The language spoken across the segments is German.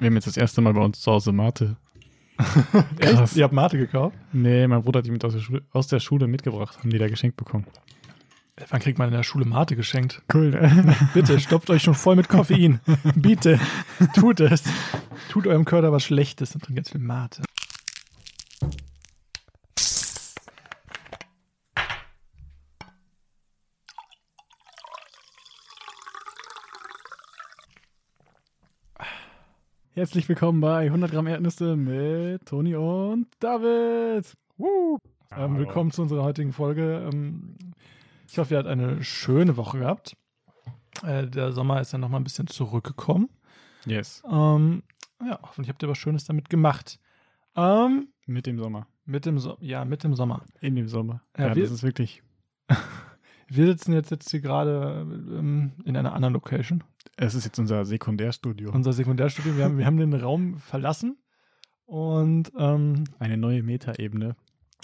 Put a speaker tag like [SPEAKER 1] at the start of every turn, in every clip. [SPEAKER 1] Wir haben jetzt das erste Mal bei uns zu Hause Mate.
[SPEAKER 2] Echt?
[SPEAKER 1] Krass.
[SPEAKER 2] Ihr habt Mate gekauft?
[SPEAKER 1] Nee, mein Bruder hat die mit aus der, Schule, aus der Schule mitgebracht, haben die da geschenkt bekommen.
[SPEAKER 2] Ey, Wann kriegt man in der Schule Mate geschenkt?
[SPEAKER 1] Cool, ne?
[SPEAKER 2] Bitte, stopft euch schon voll mit Koffein. Bitte, tut es. Tut eurem Körper was Schlechtes und trinkt ganz viel Mate.
[SPEAKER 1] Herzlich willkommen bei 100 Gramm Erdnüsse mit Toni und David. Woo!
[SPEAKER 2] Ähm, willkommen zu unserer heutigen Folge. Ähm, ich hoffe, ihr habt eine schöne Woche gehabt. Äh, der Sommer ist ja nochmal ein bisschen zurückgekommen.
[SPEAKER 1] Yes,
[SPEAKER 2] Ähm, ja, hoffentlich habt ihr was Schönes damit gemacht. Ähm,
[SPEAKER 1] mit dem Sommer.
[SPEAKER 2] mit dem so ja, mit dem Sommer.
[SPEAKER 1] In dem Sommer.
[SPEAKER 2] Ja,
[SPEAKER 1] Ja,
[SPEAKER 2] wir-
[SPEAKER 1] das ist wirklich,
[SPEAKER 2] Wir sitzen jetzt, jetzt hier gerade ähm, in einer anderen Location.
[SPEAKER 1] es ist jetzt unser Sekundärstudio.
[SPEAKER 2] Unser Sekundärstudio, wir haben, wir haben den Raum verlassen und ähm,
[SPEAKER 1] Eine neue Metaebene.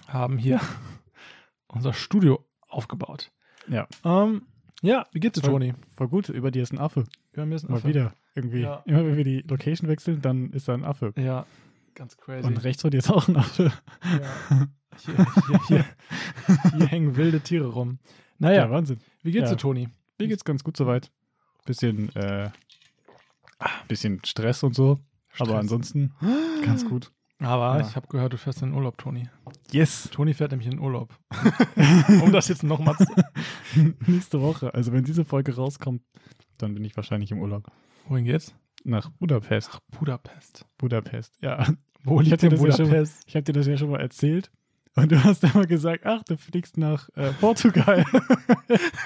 [SPEAKER 2] haben hier unser Studio aufgebaut.
[SPEAKER 1] Ja.
[SPEAKER 2] Ähm, ja, wie geht's dir,
[SPEAKER 1] Voll-
[SPEAKER 2] Toni?
[SPEAKER 1] Voll gut, über dir ist ein Affe.
[SPEAKER 2] Wir haben jetzt einen
[SPEAKER 1] Mal
[SPEAKER 2] Affe.
[SPEAKER 1] wieder. Irgendwie.
[SPEAKER 2] Ja.
[SPEAKER 1] Immer wenn wir die Location wechseln, dann ist da ein Affe.
[SPEAKER 2] Ja, ganz crazy.
[SPEAKER 1] Und rechts von dir ist auch ein Affe.
[SPEAKER 2] ja. hier, hier, hier, hier hängen wilde Tiere rum. Naja,
[SPEAKER 1] Ja, Wahnsinn.
[SPEAKER 2] wie geht's
[SPEAKER 1] ja.
[SPEAKER 2] dir, Toni?
[SPEAKER 1] Mir geht's ganz gut soweit. Bisschen, äh, bisschen Stress und so. Aber
[SPEAKER 2] Stress.
[SPEAKER 1] ansonsten ganz gut. Ja.
[SPEAKER 2] Aber ich habe gehört, du fährst in den Urlaub, Toni.
[SPEAKER 1] Yes!
[SPEAKER 2] Toni fährt nämlich in den Urlaub. um das jetzt nochmal zu.
[SPEAKER 1] Nächste Woche. Also wenn diese Folge rauskommt, dann bin ich wahrscheinlich im Urlaub.
[SPEAKER 2] Wohin geht's?
[SPEAKER 1] Nach Budapest.
[SPEAKER 2] Budapest.
[SPEAKER 1] Budapest. Ja.
[SPEAKER 2] Wo
[SPEAKER 1] Ich
[SPEAKER 2] liegt
[SPEAKER 1] hatte
[SPEAKER 2] denn
[SPEAKER 1] das ja schon-
[SPEAKER 2] Budapest?
[SPEAKER 1] Ich habe dir das ja schon mal erzählt. Und du hast immer gesagt, ach, du fliegst nach äh, Portugal.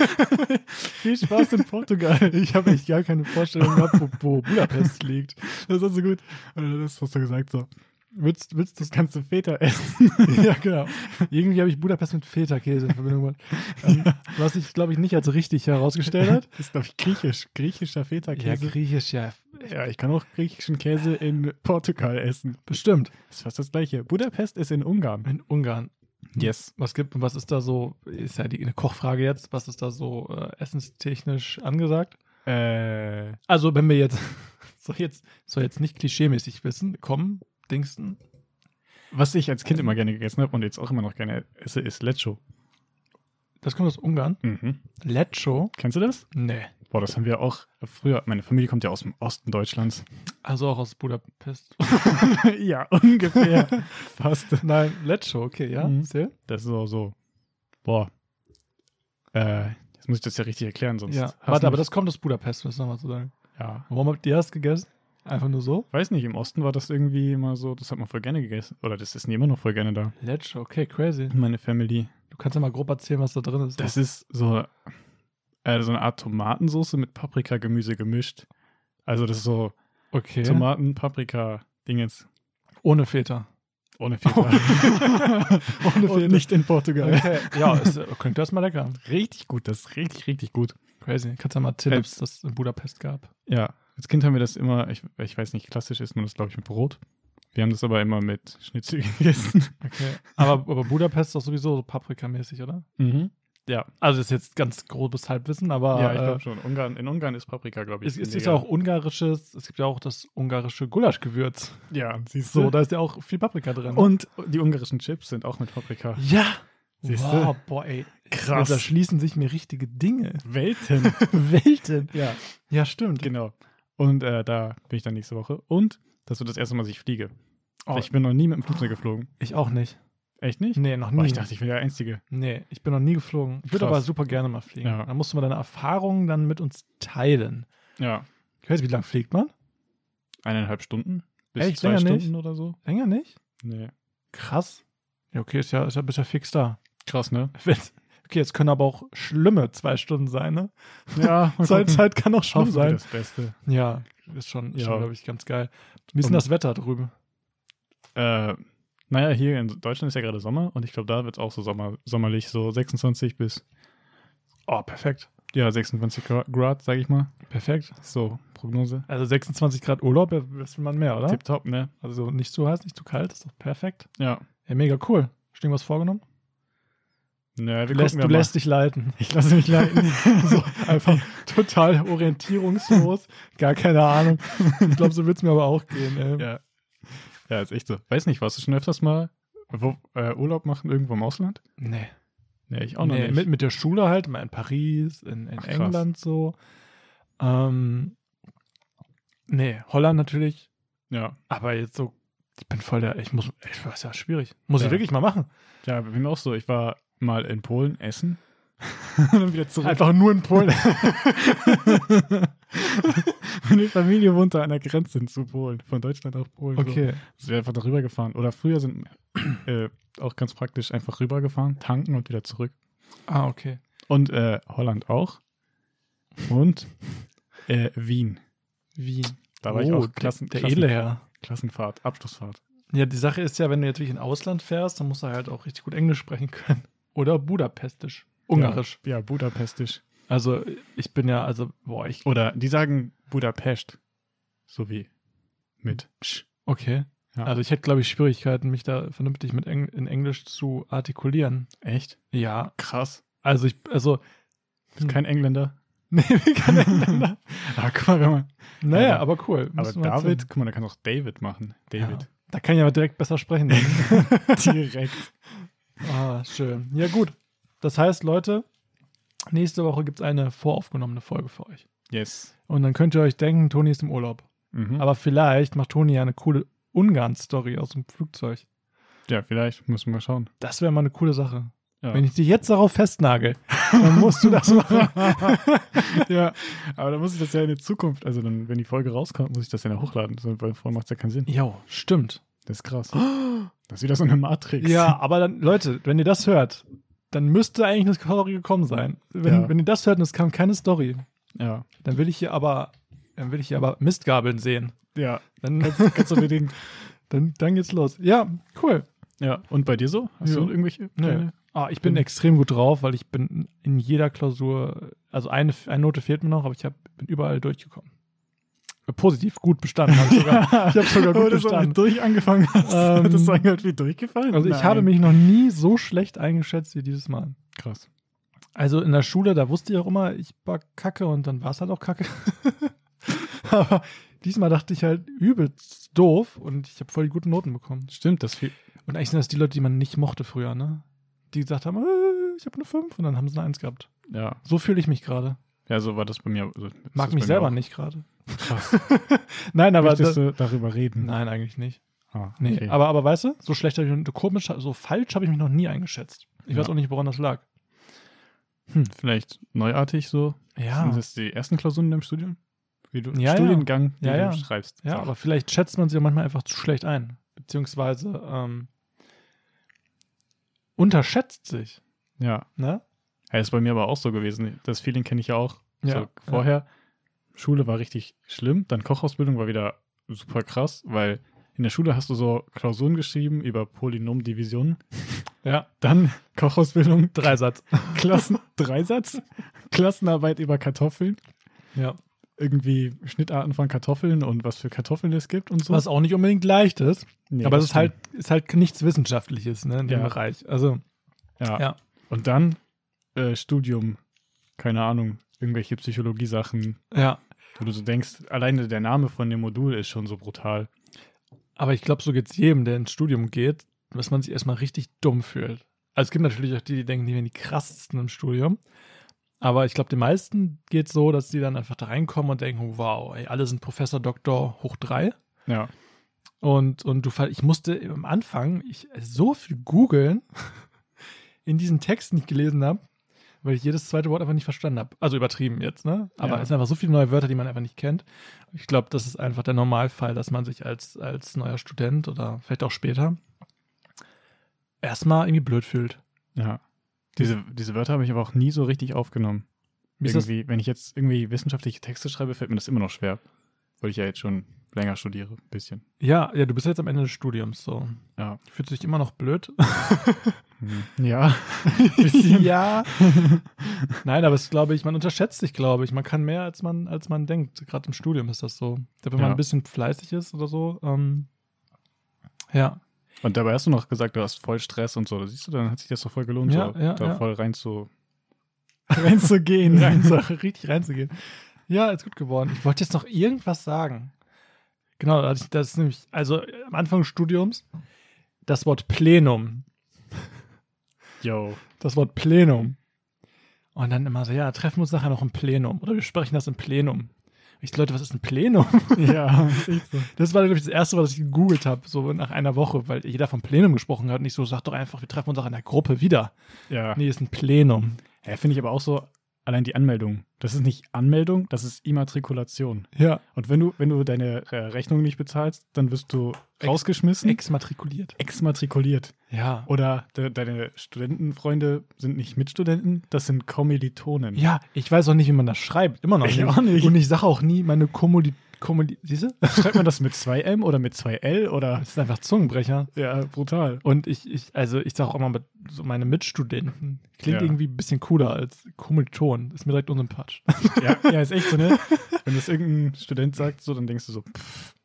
[SPEAKER 1] Viel Spaß in Portugal.
[SPEAKER 2] Ich habe echt gar keine Vorstellung gehabt, wo, wo Budapest liegt.
[SPEAKER 1] Das war so gut. Und Das hast du gesagt so. Willst, willst du das ganze Feta essen?
[SPEAKER 2] ja, genau. Irgendwie habe ich Budapest mit Feta-Käse in Verbindung gebracht. Ähm, Was sich, glaube ich, nicht als richtig herausgestellt hat.
[SPEAKER 1] Das ist, glaube ich, griechisch. Griechischer Feta-Käse.
[SPEAKER 2] griechisch, ja.
[SPEAKER 1] Ja, ich kann auch griechischen Käse in Portugal essen.
[SPEAKER 2] Bestimmt.
[SPEAKER 1] Das ist fast das gleiche. Budapest ist in Ungarn.
[SPEAKER 2] In Ungarn.
[SPEAKER 1] Yes.
[SPEAKER 2] Was gibt und was ist da so, ist ja die, eine Kochfrage jetzt, was ist da so äh, essenstechnisch angesagt?
[SPEAKER 1] Äh,
[SPEAKER 2] Also, wenn wir jetzt, soll jetzt, soll jetzt nicht klischeemäßig wissen, kommen, Dingsten.
[SPEAKER 1] was ich als Kind immer gerne gegessen habe und jetzt auch immer noch gerne esse, ist Lecho.
[SPEAKER 2] Das kommt aus Ungarn.
[SPEAKER 1] Mhm.
[SPEAKER 2] Lecho?
[SPEAKER 1] Kennst du das?
[SPEAKER 2] Nee.
[SPEAKER 1] Boah, das haben wir auch früher. Meine Familie kommt ja aus dem Osten Deutschlands.
[SPEAKER 2] Also auch aus Budapest.
[SPEAKER 1] ja, ungefähr. Fast.
[SPEAKER 2] Nein, Lecho, okay, ja.
[SPEAKER 1] Mhm.
[SPEAKER 2] Sehr.
[SPEAKER 1] Das ist auch so. Boah. Äh, jetzt muss ich das ja richtig erklären, sonst.
[SPEAKER 2] Ja.
[SPEAKER 1] hast du
[SPEAKER 2] Warte, aber
[SPEAKER 1] mich-
[SPEAKER 2] das kommt aus Budapest, was soll man so sagen?
[SPEAKER 1] Ja.
[SPEAKER 2] Warum habt ihr das gegessen? Einfach nur so?
[SPEAKER 1] Weiß nicht, im Osten war das irgendwie immer so, das hat man voll gerne gegessen. Oder das essen die immer noch voll gerne da.
[SPEAKER 2] Lecho, okay, crazy.
[SPEAKER 1] Meine Family.
[SPEAKER 2] Du kannst ja mal grob erzählen, was da drin ist.
[SPEAKER 1] Das ist so, äh, so eine Art Tomatensoße mit Paprikagemüse gemischt. Also das ist so
[SPEAKER 2] okay.
[SPEAKER 1] Tomaten, Paprika, Dingens.
[SPEAKER 2] Ohne Feta.
[SPEAKER 1] Ohne Feta. Ohne
[SPEAKER 2] Feta.
[SPEAKER 1] Und nicht in Portugal.
[SPEAKER 2] Okay. ja, es, äh, klingt erstmal lecker.
[SPEAKER 1] Richtig gut, das ist richtig, richtig gut.
[SPEAKER 2] Crazy. Kannst ja mal erzählen, ob es das in Budapest gab.
[SPEAKER 1] Ja, als Kind haben wir das immer, ich, ich weiß nicht, klassisch isst man das, glaube ich, mit Brot. Wir haben das aber immer mit Schnitzel gegessen.
[SPEAKER 2] Okay. Aber, aber Budapest ist doch sowieso so paprikamäßig, oder?
[SPEAKER 1] Mhm. Ja,
[SPEAKER 2] Also das ist jetzt ganz grobes Halbwissen, aber
[SPEAKER 1] ja, ich glaube
[SPEAKER 2] äh,
[SPEAKER 1] schon. Ungarn, in Ungarn ist Paprika, glaube ich.
[SPEAKER 2] es, es ist ja
[SPEAKER 1] legal.
[SPEAKER 2] auch ungarisches, es gibt ja auch das ungarische Gulaschgewürz.
[SPEAKER 1] Ja, siehst
[SPEAKER 2] So,
[SPEAKER 1] du.
[SPEAKER 2] da ist ja auch viel Paprika drin.
[SPEAKER 1] Und die ungarischen Chips sind auch mit Paprika.
[SPEAKER 2] ja!
[SPEAKER 1] Siehst du?
[SPEAKER 2] wow, boah, ey.
[SPEAKER 1] Krass.
[SPEAKER 2] Da schließen sich mir richtige Dinge.
[SPEAKER 1] Welten.
[SPEAKER 2] Welten.
[SPEAKER 1] ja.
[SPEAKER 2] Ja, stimmt.
[SPEAKER 1] Genau. Und äh, da bin ich dann nächste Woche. Und das wird das erste Mal, dass ich fliege.
[SPEAKER 2] Oh.
[SPEAKER 1] Ich bin noch nie mit dem Flugzeug geflogen.
[SPEAKER 2] Ich auch nicht.
[SPEAKER 1] Echt nicht?
[SPEAKER 2] Nee, noch nie.
[SPEAKER 1] Boah, ich dachte, ich wäre der Einzige.
[SPEAKER 2] nee, ich bin noch nie geflogen. Ich würde
[SPEAKER 1] Krass.
[SPEAKER 2] aber super gerne mal fliegen.
[SPEAKER 1] Ja.
[SPEAKER 2] Dann musst du mal deine Erfahrungen dann mit uns teilen.
[SPEAKER 1] Ja.
[SPEAKER 2] Ich weiß, wie lange fliegt man?
[SPEAKER 1] Eineinhalb Stunden? Bis
[SPEAKER 2] Echt?
[SPEAKER 1] zwei
[SPEAKER 2] Länger
[SPEAKER 1] Stunden
[SPEAKER 2] nicht?
[SPEAKER 1] oder so?
[SPEAKER 2] Länger nicht?
[SPEAKER 1] Nee.
[SPEAKER 2] Krass. Ja, okay, ist ja, ist ja bisher fix da.
[SPEAKER 1] Krass, ne?
[SPEAKER 2] Wenn's- Okay, jetzt können aber auch schlimme zwei Stunden sein, ne?
[SPEAKER 1] Ja,
[SPEAKER 2] Zeit,
[SPEAKER 1] Zeit
[SPEAKER 2] Zeit kann auch schlimm
[SPEAKER 1] hoffen wir
[SPEAKER 2] sein.
[SPEAKER 1] das Beste.
[SPEAKER 2] Ja, ist schon, ist
[SPEAKER 1] Ja.
[SPEAKER 2] schon glaube ich, ganz geil. Wie ist denn
[SPEAKER 1] Und-
[SPEAKER 2] das Wetter drüben?
[SPEAKER 1] Äh, naja, hier in Deutschland ist ja gerade Sommer und ich glaube, da wird es auch so sommer, sommerlich, so 26 bis,
[SPEAKER 2] Oh, perfekt.
[SPEAKER 1] ja, 26 Gra- Grad, sage ich mal.
[SPEAKER 2] Perfekt.
[SPEAKER 1] So, Prognose.
[SPEAKER 2] Also 26 Grad Urlaub, ja, was will man mehr, oder?
[SPEAKER 1] Tipptopp, ne?
[SPEAKER 2] Also nicht zu heiß, nicht zu kalt, ist doch perfekt.
[SPEAKER 1] Ja.
[SPEAKER 2] Ja, mega cool. Hast du irgendwas vorgenommen?
[SPEAKER 1] Naja, wir
[SPEAKER 2] lässt,
[SPEAKER 1] gucken
[SPEAKER 2] du
[SPEAKER 1] ja
[SPEAKER 2] lässt dich leiten.
[SPEAKER 1] mal. Ich lasse mich leiten.
[SPEAKER 2] so, einfach total orientierungslos. Gar keine Ahnung. Ich glaube, so wird es mir aber auch gehen. Ey.
[SPEAKER 1] ja. ja, ist echt so. Weiß nicht, warst du schon öfters mal wo, äh, Urlaub machen irgendwo im Ausland?
[SPEAKER 2] Nee.
[SPEAKER 1] Nee, ich auch noch
[SPEAKER 2] nee,
[SPEAKER 1] nicht.
[SPEAKER 2] Mit, mit der Schule halt, mal in Paris, in, in
[SPEAKER 1] Ach, krass.
[SPEAKER 2] England so. Ähm, nee, Holland natürlich.
[SPEAKER 1] ja.
[SPEAKER 2] Aber jetzt so, ich bin voll der, ich muss, ich weiß ja, schwierig. Muss
[SPEAKER 1] Ja.
[SPEAKER 2] ich wirklich mal machen.
[SPEAKER 1] ja, bei mir auch so. Ich war mal in Polen essen. Und dann wieder zurück.
[SPEAKER 2] Einfach nur in Polen.
[SPEAKER 1] Meine Familie wohnt da an der Grenze zu Polen. Von Deutschland nach Polen. So.
[SPEAKER 2] okay.
[SPEAKER 1] Sind wir einfach darüber gefahren. Oder früher sind äh, auch ganz praktisch einfach rübergefahren, tanken und wieder zurück.
[SPEAKER 2] Ah, okay.
[SPEAKER 1] Und äh, Holland auch. Und äh, Wien.
[SPEAKER 2] Wien.
[SPEAKER 1] Da war ich
[SPEAKER 2] Oh,
[SPEAKER 1] auch Klassen,
[SPEAKER 2] der, der
[SPEAKER 1] Klassen,
[SPEAKER 2] edle Herr.
[SPEAKER 1] Klassenfahrt, Abschlussfahrt.
[SPEAKER 2] Ja, die Sache ist ja, wenn du jetzt wirklich in Ausland fährst, dann musst du halt auch richtig gut Englisch sprechen können. Oder Budapestisch. Ungarisch.
[SPEAKER 1] Ja, ja, Budapestisch.
[SPEAKER 2] Also, ich bin ja, also, boah, ich.
[SPEAKER 1] Oder die sagen Budapest. So wie mit. Sch.
[SPEAKER 2] Okay.
[SPEAKER 1] Ja.
[SPEAKER 2] Also, ich hätte, glaube ich, Schwierigkeiten, mich da vernünftig mit Eng in Englisch zu artikulieren.
[SPEAKER 1] Echt?
[SPEAKER 2] Ja.
[SPEAKER 1] Krass. Hm.
[SPEAKER 2] Also, ich, also.
[SPEAKER 1] Bist kein Engländer.
[SPEAKER 2] Nee, wie kann Engländer?
[SPEAKER 1] Aber guck mal, wenn man.
[SPEAKER 2] Naja,
[SPEAKER 1] Ja.
[SPEAKER 2] aber cool.
[SPEAKER 1] Aber
[SPEAKER 2] Müssen wir
[SPEAKER 1] David,
[SPEAKER 2] erzählen.
[SPEAKER 1] guck mal, da kann auch David machen. David.
[SPEAKER 2] Ja. Da kann ich aber direkt besser sprechen. dann.
[SPEAKER 1] Direkt.
[SPEAKER 2] Ah, schön. Ja, gut. Das heißt, Leute, nächste Woche gibt es eine voraufgenommene Folge für euch.
[SPEAKER 1] Yes.
[SPEAKER 2] Und dann könnt ihr euch denken, Toni ist im Urlaub.
[SPEAKER 1] Mhm.
[SPEAKER 2] Aber vielleicht macht Toni ja eine coole Ungarn-Story aus dem Flugzeug.
[SPEAKER 1] ja, vielleicht müssen wir schauen.
[SPEAKER 2] Das wäre mal eine coole Sache.
[SPEAKER 1] Ja.
[SPEAKER 2] Wenn ich dich jetzt darauf festnagel, dann musst du das machen.
[SPEAKER 1] ja, aber dann muss ich das ja in der Zukunft, also dann, wenn die Folge rauskommt, muss ich das ja noch hochladen, so, weil vorher macht es ja keinen Sinn.
[SPEAKER 2] Jo, stimmt.
[SPEAKER 1] Das ist krass. Das ist wieder so eine Matrix.
[SPEAKER 2] Ja, aber dann, Leute, wenn ihr das hört, dann müsste eigentlich eine Story gekommen sein. Wenn,
[SPEAKER 1] Ja.
[SPEAKER 2] wenn ihr das hört und es kam keine Story,
[SPEAKER 1] Ja.
[SPEAKER 2] dann will ich hier aber, dann will ich hier aber Mistgabeln sehen.
[SPEAKER 1] Ja,
[SPEAKER 2] Dann,
[SPEAKER 1] ganz, ganz unbedingt.
[SPEAKER 2] dann, dann geht's los. Ja, cool.
[SPEAKER 1] Ja, und bei dir so? Hast
[SPEAKER 2] Ja.
[SPEAKER 1] du irgendwelche?
[SPEAKER 2] Nö.
[SPEAKER 1] Pläne?
[SPEAKER 2] Ah, ich bin
[SPEAKER 1] Bin-
[SPEAKER 2] extrem gut drauf, weil ich bin in jeder Klausur, also eine, eine Note fehlt mir noch, aber ich hab, bin überall durchgekommen. Äh, Positiv, gut bestanden habe ich sogar. Ich habe sogar gut
[SPEAKER 1] Oder so, wenn du
[SPEAKER 2] bestanden.
[SPEAKER 1] durch angefangen hast,
[SPEAKER 2] Ähm,
[SPEAKER 1] hat das so angehört wie durchgefallen?
[SPEAKER 2] Also ich
[SPEAKER 1] Nein.
[SPEAKER 2] habe mich noch nie so schlecht eingeschätzt wie dieses Mal.
[SPEAKER 1] Krass.
[SPEAKER 2] Also in der Schule, da wusste ich auch immer, ich war kacke und dann war es halt auch kacke. aber diesmal dachte ich halt übelst doof und ich habe voll die guten Noten bekommen.
[SPEAKER 1] Stimmt, das viel.
[SPEAKER 2] Und eigentlich sind das die Leute, die man nicht mochte früher, ne? Die gesagt haben, äh, ich habe eine 5 und dann haben sie eine 1 gehabt.
[SPEAKER 1] Ja.
[SPEAKER 2] So fühle ich mich gerade.
[SPEAKER 1] Ja, so war das bei mir. So, ist
[SPEAKER 2] Mag
[SPEAKER 1] das
[SPEAKER 2] mich
[SPEAKER 1] bei mir
[SPEAKER 2] selber
[SPEAKER 1] auch.
[SPEAKER 2] nicht gerade.
[SPEAKER 1] Krass.
[SPEAKER 2] Nein, aber
[SPEAKER 1] Möchtest du
[SPEAKER 2] das,
[SPEAKER 1] darüber reden?
[SPEAKER 2] nein, eigentlich nicht.
[SPEAKER 1] Ah,
[SPEAKER 2] Nee,
[SPEAKER 1] okay.
[SPEAKER 2] aber, aber weißt du, so schlecht habe ich, so komisch, so falsch habe ich mich noch nie eingeschätzt. Ich weiß
[SPEAKER 1] Ja.
[SPEAKER 2] auch nicht, woran das lag.
[SPEAKER 1] Vielleicht neuartig so?
[SPEAKER 2] Ja,
[SPEAKER 1] Sind das die ersten Klausuren in deinem Studium? Wie du
[SPEAKER 2] Ja, ja.
[SPEAKER 1] Studiengang, den
[SPEAKER 2] Ja,
[SPEAKER 1] du
[SPEAKER 2] ja.
[SPEAKER 1] schreibst.
[SPEAKER 2] ja,
[SPEAKER 1] Ach,
[SPEAKER 2] aber vielleicht schätzt man sich auch manchmal einfach zu schlecht ein. Beziehungsweise ähm, unterschätzt sich.
[SPEAKER 1] ja.
[SPEAKER 2] Ne?
[SPEAKER 1] Ja, ist bei mir aber auch so gewesen. Das Feeling kenne ich ja auch.
[SPEAKER 2] Ja,
[SPEAKER 1] so, vorher, Schule war richtig schlimm, dann Kochausbildung war wieder super krass, weil in der Schule hast du so Klausuren geschrieben über Polynomdivisionen.
[SPEAKER 2] Ja,
[SPEAKER 1] Dann Kochausbildung,
[SPEAKER 2] Dreisatz.
[SPEAKER 1] Klassen, Dreisatz, Klassenarbeit über Kartoffeln,
[SPEAKER 2] ja.
[SPEAKER 1] irgendwie Schnittarten von Kartoffeln und was für Kartoffeln es gibt und so.
[SPEAKER 2] Was auch nicht unbedingt leicht ist,
[SPEAKER 1] Nee,
[SPEAKER 2] aber es
[SPEAKER 1] das
[SPEAKER 2] ist halt, ist halt nichts Wissenschaftliches ne, in dem
[SPEAKER 1] Ja.
[SPEAKER 2] Bereich. Also,
[SPEAKER 1] Ja.
[SPEAKER 2] Ja.
[SPEAKER 1] Und dann äh, Studium, keine Ahnung, irgendwelche Psychologie-Sachen,
[SPEAKER 2] ja.
[SPEAKER 1] wo du so denkst, alleine der Name von dem Modul ist schon so brutal.
[SPEAKER 2] Aber ich glaube, so geht es jedem, der ins Studium geht, dass man sich erstmal richtig dumm fühlt. Also es gibt natürlich auch die, die denken, die wären die krassesten im Studium. Aber ich glaube, den meisten geht es so, dass die dann einfach da reinkommen und denken, wow, ey, alle sind Professor, Doktor, hoch drei.
[SPEAKER 1] Ja.
[SPEAKER 2] Und, und du, ver- ich musste am Anfang ich, so viel googeln in diesen Texten, die ich gelesen habe, weil ich jedes zweite Wort einfach nicht verstanden habe. Also übertrieben jetzt, ne? Aber
[SPEAKER 1] Ja.
[SPEAKER 2] es sind einfach so viele neue Wörter, die man einfach nicht kennt. Ich glaube, das ist einfach der Normalfall, dass man sich als, als neuer Student oder vielleicht auch später erstmal irgendwie blöd fühlt.
[SPEAKER 1] Ja. Diese, diese Wörter habe ich aber auch nie so richtig aufgenommen.
[SPEAKER 2] Mir ist das,
[SPEAKER 1] irgendwie, wenn ich jetzt irgendwie wissenschaftliche Texte schreibe, fällt mir das immer noch schwer. Weil ich ja jetzt schon länger studiere, ein bisschen.
[SPEAKER 2] ja, ja, du bist jetzt am Ende des Studiums, so.
[SPEAKER 1] Ja.
[SPEAKER 2] Fühlst du dich immer noch blöd?
[SPEAKER 1] Mhm. Ja. bisschen.
[SPEAKER 2] ja. Nein, aber es glaube ich, man unterschätzt sich, glaube ich. Man kann mehr, als man, als man denkt. Gerade im Studium ist das so. Ich glaube, wenn man
[SPEAKER 1] Ja.
[SPEAKER 2] ein bisschen fleißig ist oder so, ähm, ja.
[SPEAKER 1] Und dabei hast du noch gesagt, du hast voll Stress und so. Da siehst du, dann hat sich das doch voll gelohnt,
[SPEAKER 2] Ja,
[SPEAKER 1] so,
[SPEAKER 2] ja,
[SPEAKER 1] da
[SPEAKER 2] ja.
[SPEAKER 1] voll rein zu.
[SPEAKER 2] reinzugehen, rein so, richtig reinzugehen. Ja, ist gut geworden. Ich wollte jetzt noch irgendwas sagen. Genau, da hatte ich- das ist nämlich, also äh, am Anfang des Studiums, das Wort Plenum.
[SPEAKER 1] Yo.
[SPEAKER 2] Das Wort Plenum. Und dann immer so, ja, treffen wir uns nachher noch im Plenum. Oder wir sprechen das im Plenum. Ich so, Leute, was ist ein Plenum?
[SPEAKER 1] ja, echt so.
[SPEAKER 2] Das war, glaube ich, das erste, was ich gegoogelt habe, so nach einer Woche, weil jeder vom Plenum gesprochen hat. Und ich so, sag doch einfach, wir treffen uns auch in der Gruppe wieder.
[SPEAKER 1] Ja.
[SPEAKER 2] Nee, ist ein Plenum.
[SPEAKER 1] ja Finde ich aber auch so, allein die Anmeldung. Das ist nicht Anmeldung, das ist Immatrikulation.
[SPEAKER 2] Ja.
[SPEAKER 1] Und wenn du, wenn du deine äh, Rechnung nicht bezahlst, dann wirst du rausgeschmissen,
[SPEAKER 2] Exmatrikuliert.
[SPEAKER 1] exmatrikuliert.
[SPEAKER 2] Ja.
[SPEAKER 1] Oder de, deine Studentenfreunde sind nicht Mitstudenten, das sind Kommilitonen.
[SPEAKER 2] Ja, ich weiß auch nicht, wie man das schreibt. Immer noch
[SPEAKER 1] Ich
[SPEAKER 2] nicht.
[SPEAKER 1] auch nicht.
[SPEAKER 2] Und ich sage auch nie meine Kommuli... Kommuli siehst du?
[SPEAKER 1] Schreibt man das mit 2M oder mit 2L oder?
[SPEAKER 2] Das ist einfach Zungenbrecher.
[SPEAKER 1] Ja, brutal.
[SPEAKER 2] Und ich, ich also ich sage auch immer mit, so meine Mitstudenten. Klingt
[SPEAKER 1] Ja.
[SPEAKER 2] irgendwie ein bisschen cooler als Kommilitonen. Ist mir direkt unsympathisch.
[SPEAKER 1] Ja, ja, ist echt so, ne? Wenn das irgendein Student sagt, so, dann denkst du so, pff,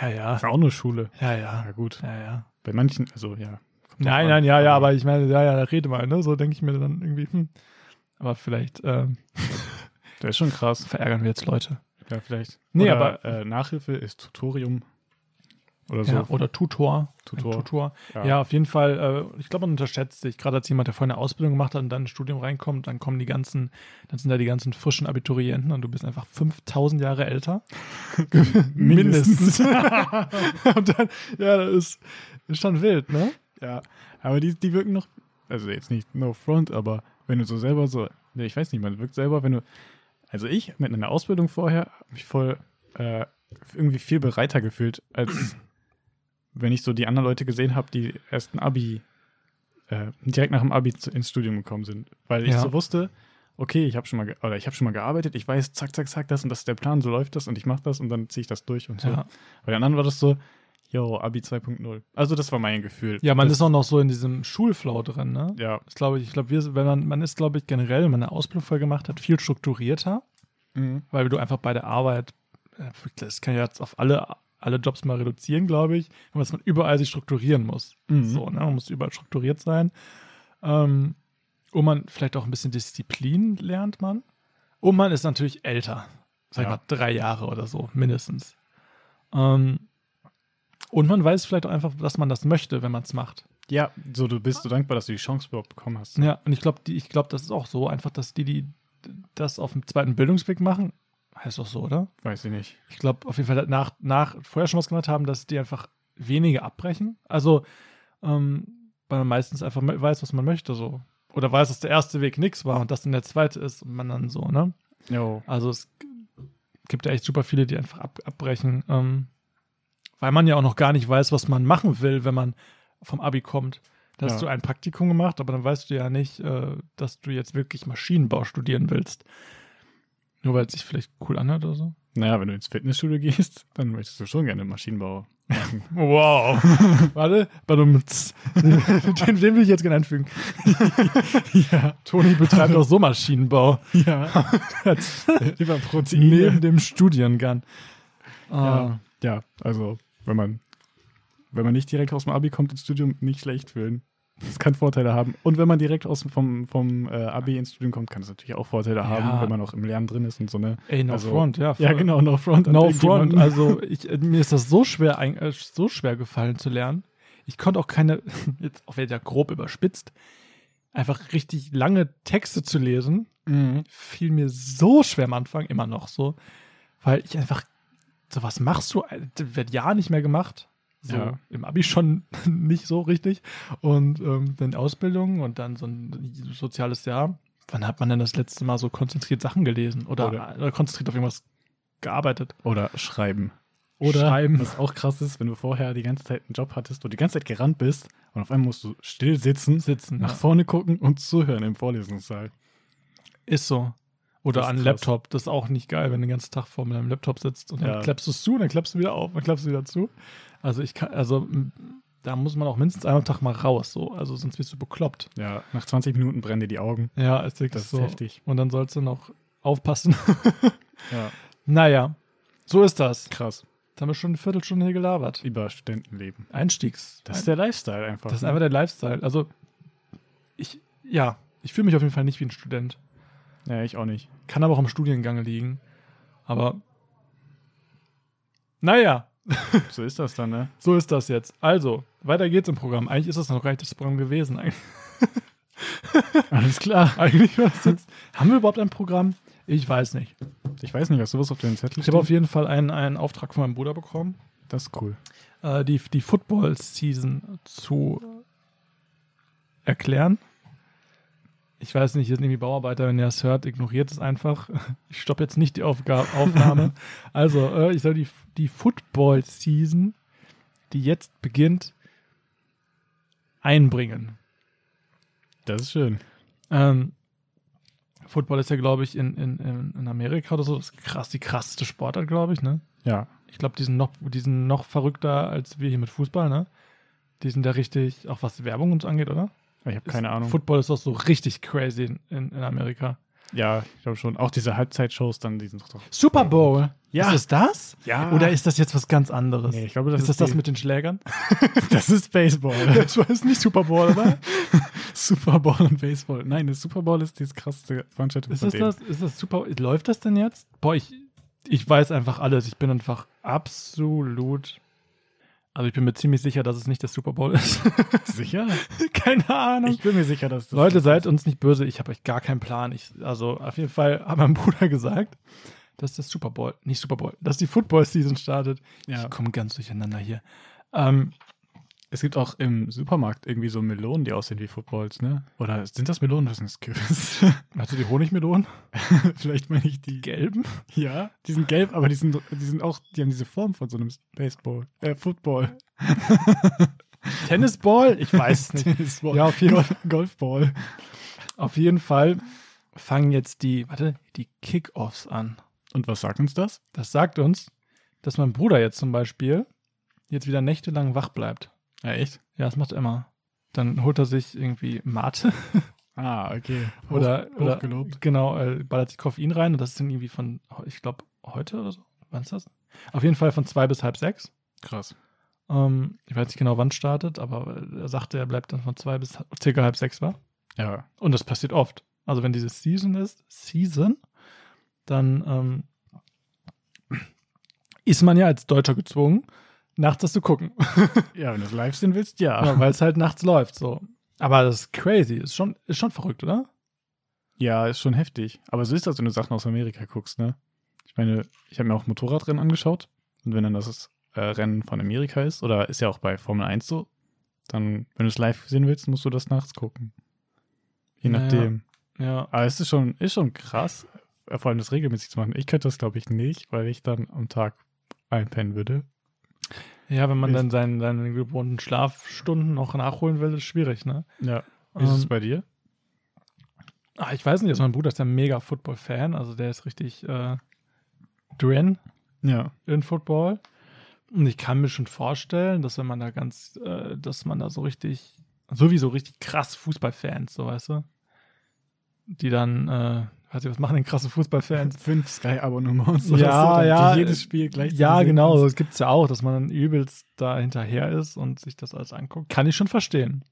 [SPEAKER 2] Ja, ja.
[SPEAKER 1] ist ja auch nur Schule.
[SPEAKER 2] Ja, ja.
[SPEAKER 1] Ja, gut.
[SPEAKER 2] Ja, ja.
[SPEAKER 1] Bei manchen, also ja. Kommt drauf
[SPEAKER 2] Nein,
[SPEAKER 1] an.
[SPEAKER 2] nein, ja, ja, aber ich meine, ja, ja, rede mal, ne? So denke ich mir dann irgendwie, hm. Aber vielleicht ähm,
[SPEAKER 1] Das ist schon krass.
[SPEAKER 2] verärgern wir jetzt Leute.
[SPEAKER 1] Ja, vielleicht.
[SPEAKER 2] Nee,
[SPEAKER 1] oder,
[SPEAKER 2] aber-
[SPEAKER 1] Äh, Nachhilfe ist Tutorium. Oder so.
[SPEAKER 2] Ja, oder Tutor.
[SPEAKER 1] Also Tutor.
[SPEAKER 2] Ein Tutor.
[SPEAKER 1] Ja.
[SPEAKER 2] Ja. auf jeden Fall. Äh, ich glaube, man unterschätzt sich. Gerade als jemand, der vorher eine Ausbildung gemacht hat und dann ins Studium reinkommt, dann kommen die ganzen, dann sind da die ganzen frischen Abiturienten und du bist einfach 5000 Jahre älter.
[SPEAKER 1] Mindestens.
[SPEAKER 2] und dann, ja, das ist, ist schon wild, ne?
[SPEAKER 1] Ja, aber die, die wirken noch, also jetzt nicht no front, aber wenn du so selber so, ne, ich weiß nicht, man wirkt selber, wenn du, also ich mit einer Ausbildung vorher habe mich voll äh, irgendwie viel bereiter gefühlt, als wenn ich so die anderen Leute gesehen habe, die ersten Abi, äh, direkt nach dem Abi zu, ins Studium gekommen sind, weil ich
[SPEAKER 2] Ja.
[SPEAKER 1] so wusste, okay, ich habe schon mal, ge- oder ich habe schon mal gearbeitet, ich weiß, zack, zack, zack, das und das ist der Plan, so läuft das und ich mache das und dann ziehe ich das durch und so.
[SPEAKER 2] Ja.
[SPEAKER 1] Bei den anderen war das so, yo, Abi 2.0. Also das war mein Gefühl.
[SPEAKER 2] ja, man
[SPEAKER 1] das,
[SPEAKER 2] ist auch noch so in diesem Schulflow drin, ne?
[SPEAKER 1] ja,
[SPEAKER 2] Das glaube ich, ich glaube, wir, wenn man, man ist, glaube ich, generell, wenn man eine Ausbildung vorher gemacht hat, viel strukturierter.
[SPEAKER 1] Mhm.
[SPEAKER 2] weil du einfach bei der Arbeit, äh, das kann ich jetzt auf alle, alle Jobs mal reduzieren, glaube ich, aber dass man überall sich strukturieren muss.
[SPEAKER 1] Mhm.
[SPEAKER 2] So, ne? Man muss überall strukturiert sein. Ähm, und man vielleicht auch ein bisschen Disziplin lernt man. Und man ist natürlich älter. Sag ich
[SPEAKER 1] Ja.
[SPEAKER 2] mal, drei Jahre oder so, mindestens. Ähm, und man weiß vielleicht auch einfach, dass man das möchte, wenn man es macht.
[SPEAKER 1] Ja, so du bist so dankbar, dass du die Chance überhaupt bekommen hast.
[SPEAKER 2] Ja, und ich glaube, ich glaube, das ist auch so, einfach, dass die, die das auf dem zweiten Bildungsweg machen, heißt doch so, oder?
[SPEAKER 1] Weiß ich nicht.
[SPEAKER 2] ich glaube, auf jeden Fall nach, nach vorher schon was gemacht haben, dass die einfach wenige abbrechen. Also, ähm, weil man meistens einfach me- weiß, was man möchte, so. Oder weiß, dass der erste Weg nichts war und das dann der zweite ist und man dann so, ne?
[SPEAKER 1] Jo.
[SPEAKER 2] Also es g- gibt ja echt super viele, die einfach ab, abbrechen, ähm, weil man ja auch noch gar nicht weiß, was man machen will, wenn man vom Abi kommt. Da hast
[SPEAKER 1] Ja.
[SPEAKER 2] du ein Praktikum gemacht, aber dann weißt du ja nicht, äh, dass du jetzt wirklich Maschinenbau studieren willst. Nur weil es sich vielleicht cool anhört oder so.
[SPEAKER 1] Naja, wenn du ins Fitnessstudio gehst, dann möchtest du schon gerne Maschinenbau.
[SPEAKER 2] Wow. Warte, badumts. den, den will ich jetzt gerne einfügen.
[SPEAKER 1] ja,
[SPEAKER 2] Toni betreibt auch so Maschinenbau.
[SPEAKER 1] ja. Über
[SPEAKER 2] Neben
[SPEAKER 1] Proteine.
[SPEAKER 2] dem Studiengang. Ah,
[SPEAKER 1] Ja. ja, also wenn man, wenn man nicht direkt aus dem Abi kommt ins Studium, nicht schlecht fühlen. Das kann Vorteile haben. Und wenn man direkt aus, dem- vom, vom äh, Abi ins Studium kommt, kann es natürlich auch Vorteile haben, wenn man auch im Lernen drin ist und so, ne?
[SPEAKER 2] Ey, no
[SPEAKER 1] Also,
[SPEAKER 2] front, ja.
[SPEAKER 1] Ja,
[SPEAKER 2] voll.
[SPEAKER 1] genau, no front. an
[SPEAKER 2] No
[SPEAKER 1] irgendjemanden.
[SPEAKER 2] front. Also, ich, äh, mir ist das so schwer, ein- äh, so schwer gefallen zu lernen. Ich konnte auch keine, jetzt auch wieder grob überspitzt, einfach richtig lange Texte zu lesen.
[SPEAKER 1] Mhm.
[SPEAKER 2] fiel mir so schwer am Anfang, immer noch so, weil ich einfach, so was machst du, Alter, wird ja nicht mehr gemacht. So
[SPEAKER 1] Ja.
[SPEAKER 2] im Abi schon nicht so richtig. Und ähm, dann Ausbildung und dann so ein soziales Jahr. Wann hat man denn das letzte Mal so konzentriert Sachen gelesen oder,
[SPEAKER 1] Oder-
[SPEAKER 2] oder, konzentriert auf irgendwas gearbeitet?
[SPEAKER 1] Oder schreiben.
[SPEAKER 2] Oder-
[SPEAKER 1] schreiben. Was auch krass ist, wenn du vorher die ganze Zeit einen Job hattest, wo du die ganze Zeit gerannt bist und auf einmal musst du still sitzen,
[SPEAKER 2] Sitzen.
[SPEAKER 1] nach
[SPEAKER 2] ja.
[SPEAKER 1] vorne gucken und zuhören im Vorlesungssaal.
[SPEAKER 2] Ist so. Oder
[SPEAKER 1] Das ist
[SPEAKER 2] an
[SPEAKER 1] krass.
[SPEAKER 2] einem Laptop. Das ist auch nicht geil, wenn du den ganzen Tag vor deinem Laptop sitzt und dann
[SPEAKER 1] Ja.
[SPEAKER 2] klappst du es zu, dann klappst du wieder auf, dann klappst du wieder zu. Also ich kann, also m, da muss man auch mindestens einmal am Tag mal raus, so. Also sonst wirst du bekloppt.
[SPEAKER 1] Ja, nach 20 Minuten brennen dir die Augen.
[SPEAKER 2] Ja, ist wirklich
[SPEAKER 1] Das ist
[SPEAKER 2] so.
[SPEAKER 1] heftig.
[SPEAKER 2] Und dann sollst du noch aufpassen.
[SPEAKER 1] Ja,
[SPEAKER 2] naja, so ist das.
[SPEAKER 1] krass.
[SPEAKER 2] Jetzt haben wir schon eine Viertelstunde hier gelabert.
[SPEAKER 1] Über Studentenleben.
[SPEAKER 2] Einstiegs.
[SPEAKER 1] Das ist der Lifestyle einfach.
[SPEAKER 2] Das ist
[SPEAKER 1] ne?
[SPEAKER 2] einfach der Lifestyle. Also, ich, ja, ich fühle mich auf jeden Fall nicht wie ein Student.
[SPEAKER 1] ja, ich auch nicht.
[SPEAKER 2] Kann aber auch am Studiengang liegen. Aber, naja,
[SPEAKER 1] So ist das dann, ne?
[SPEAKER 2] so ist das jetzt. Also, weiter geht's im Programm. Eigentlich ist das noch gar nicht das Programm gewesen. Eig-
[SPEAKER 1] Alles klar.
[SPEAKER 2] Eigentlich war das jetzt, haben wir überhaupt ein Programm? Ich weiß nicht.
[SPEAKER 1] Ich weiß nicht, hast du was auf deinem Zettel
[SPEAKER 2] Ich habe auf jeden Fall einen, einen Auftrag von meinem Bruder bekommen,
[SPEAKER 1] Das ist cool.
[SPEAKER 2] äh, die, die Football-Season zu erklären. Ich weiß nicht, hier sind irgendwie Bauarbeiter, wenn ihr das hört, ignoriert es einfach. Ich stoppe jetzt nicht die Aufga Aufnahme. also, äh, ich soll die, die Football-Season, die jetzt beginnt, einbringen.
[SPEAKER 1] Das ist schön.
[SPEAKER 2] Ähm, Football ist ja, glaube ich, in, in, in in Amerika oder so das ist krass, die krasseste Sportart, glaube ich, ne?
[SPEAKER 1] Ja.
[SPEAKER 2] Ich glaube, die, sind noch- die sind noch verrückter als wir hier mit Fußball, ne? Die sind da richtig, auch was Werbung uns angeht, oder?
[SPEAKER 1] Ich habe keine
[SPEAKER 2] ist,
[SPEAKER 1] Ahnung.
[SPEAKER 2] Football ist doch so richtig crazy in, in, in Amerika.
[SPEAKER 1] Ja, ich glaube schon. Auch diese Halbzeitshows dann, die sind doch.
[SPEAKER 2] Super Bowl!
[SPEAKER 1] Ja.
[SPEAKER 2] Ist es das?
[SPEAKER 1] Ja.
[SPEAKER 2] Oder ist das jetzt was ganz anderes?
[SPEAKER 1] Nee, ich glaube, das
[SPEAKER 2] ist das
[SPEAKER 1] ist
[SPEAKER 2] das
[SPEAKER 1] die-
[SPEAKER 2] mit den Schlägern?
[SPEAKER 1] Das ist Baseball.
[SPEAKER 2] war jetzt nicht Super Bowl, oder?
[SPEAKER 1] Super Bowl und Baseball. Nein, das Super Bowl ist die krasseste Veranstaltung
[SPEAKER 2] ist,
[SPEAKER 1] von
[SPEAKER 2] das
[SPEAKER 1] denen.
[SPEAKER 2] das, ist das Super Läuft das denn jetzt? Boah, ich, ich weiß einfach alles. Ich bin einfach absolut. Also, ich bin mir ziemlich sicher, dass es nicht der Super Bowl ist.
[SPEAKER 1] Sicher?
[SPEAKER 2] Keine Ahnung.
[SPEAKER 1] Ich bin mir sicher, dass das.
[SPEAKER 2] Leute, seid uns nicht böse, ich habe euch gar keinen Plan. Ich, also auf jeden Fall hat mein Bruder gesagt, dass das Super Bowl, nicht Super Bowl, dass die Football Season startet.
[SPEAKER 1] Ja.
[SPEAKER 2] Ich komme ganz durcheinander hier. Ähm,
[SPEAKER 1] Es gibt auch im Supermarkt irgendwie so Melonen, die aussehen wie Footballs, ne? Oder sind das Melonen oder sind das Kürbis?
[SPEAKER 2] hast du die Honigmelonen?
[SPEAKER 1] Vielleicht meine ich die.
[SPEAKER 2] Gelben?
[SPEAKER 1] Ja, die sind gelb, aber die sind, die sind auch, die haben diese Form von so einem Baseball, äh, Football.
[SPEAKER 2] Tennisball? Ich weiß es nicht.
[SPEAKER 1] Baseball.
[SPEAKER 2] Ja, auf jeden,
[SPEAKER 1] Gol- Golfball.
[SPEAKER 2] auf jeden Fall fangen jetzt die, warte, die Kickoffs an.
[SPEAKER 1] Und was sagt uns das?
[SPEAKER 2] Das sagt uns, dass mein Bruder jetzt zum Beispiel jetzt wieder nächtelang wach bleibt.
[SPEAKER 1] Ja, echt?
[SPEAKER 2] Ja, das macht er immer. Dann holt er sich irgendwie Mate
[SPEAKER 1] Ah, okay.
[SPEAKER 2] Oder,
[SPEAKER 1] Hoch,
[SPEAKER 2] oder
[SPEAKER 1] hochgelobt.
[SPEAKER 2] genau, äh, ballert sich Koffein rein und das ist dann irgendwie von, ich glaube, heute oder so. Wann ist das? Auf jeden Fall von zwei bis halb sechs.
[SPEAKER 1] Krass.
[SPEAKER 2] Ähm, ich weiß nicht genau, wann es startet, aber äh, er sagte, er bleibt dann von zwei bis ha- circa halb sechs wach.
[SPEAKER 1] Ja.
[SPEAKER 2] Und das passiert oft. Also wenn diese Season ist, Season, dann ähm, ist man ja als Deutscher gezwungen, nachts das zu gucken.
[SPEAKER 1] Ja, wenn du es live sehen willst, ja.
[SPEAKER 2] Ja, Weil es halt nachts läuft. so. Aber das ist crazy. Ist schon, ist schon verrückt, oder?
[SPEAKER 1] Ja, ist schon heftig. Aber so ist das, wenn du Sachen aus Amerika guckst, ne? Ich meine, ich habe mir auch Motorradrennen angeschaut. Und wenn dann das äh, Rennen von Amerika ist, oder ist ja auch bei Formel 1 so, dann, wenn du es live sehen willst, musst du das nachts gucken. Je
[SPEAKER 2] Naja.
[SPEAKER 1] nachdem.
[SPEAKER 2] Ja.
[SPEAKER 1] Aber es ist schon, ist schon krass, äh, vor allem das regelmäßig zu machen. Ich könnte das, glaube ich, nicht, weil ich dann am Tag einpennen würde.
[SPEAKER 2] Ja, wenn man
[SPEAKER 1] Ist-
[SPEAKER 2] dann seinen, seine gewohnten Schlafstunden noch nachholen will, ist schwierig, ne?
[SPEAKER 1] Ja. Wie ist es
[SPEAKER 2] Ähm,
[SPEAKER 1] bei dir?
[SPEAKER 2] ah, ich weiß nicht, also mein Bruder ist ja mega Football-Fan, also der ist richtig äh, drin
[SPEAKER 1] Ja.
[SPEAKER 2] in Football. Und ich kann mir schon vorstellen, dass wenn man da ganz, äh, dass man da so richtig, sowieso richtig krass Fußballfans, so weißt du, die dann, äh, weiß ich, was machen denn krasse Fußballfans?
[SPEAKER 1] Fünf Sky-Abonnements
[SPEAKER 2] oder so, damit du jedes
[SPEAKER 1] jedes Spiel gleich
[SPEAKER 2] Ja, genau, das gibt's ja auch, dass man dann übelst da hinterher ist und sich das alles anguckt. Kann ich schon verstehen.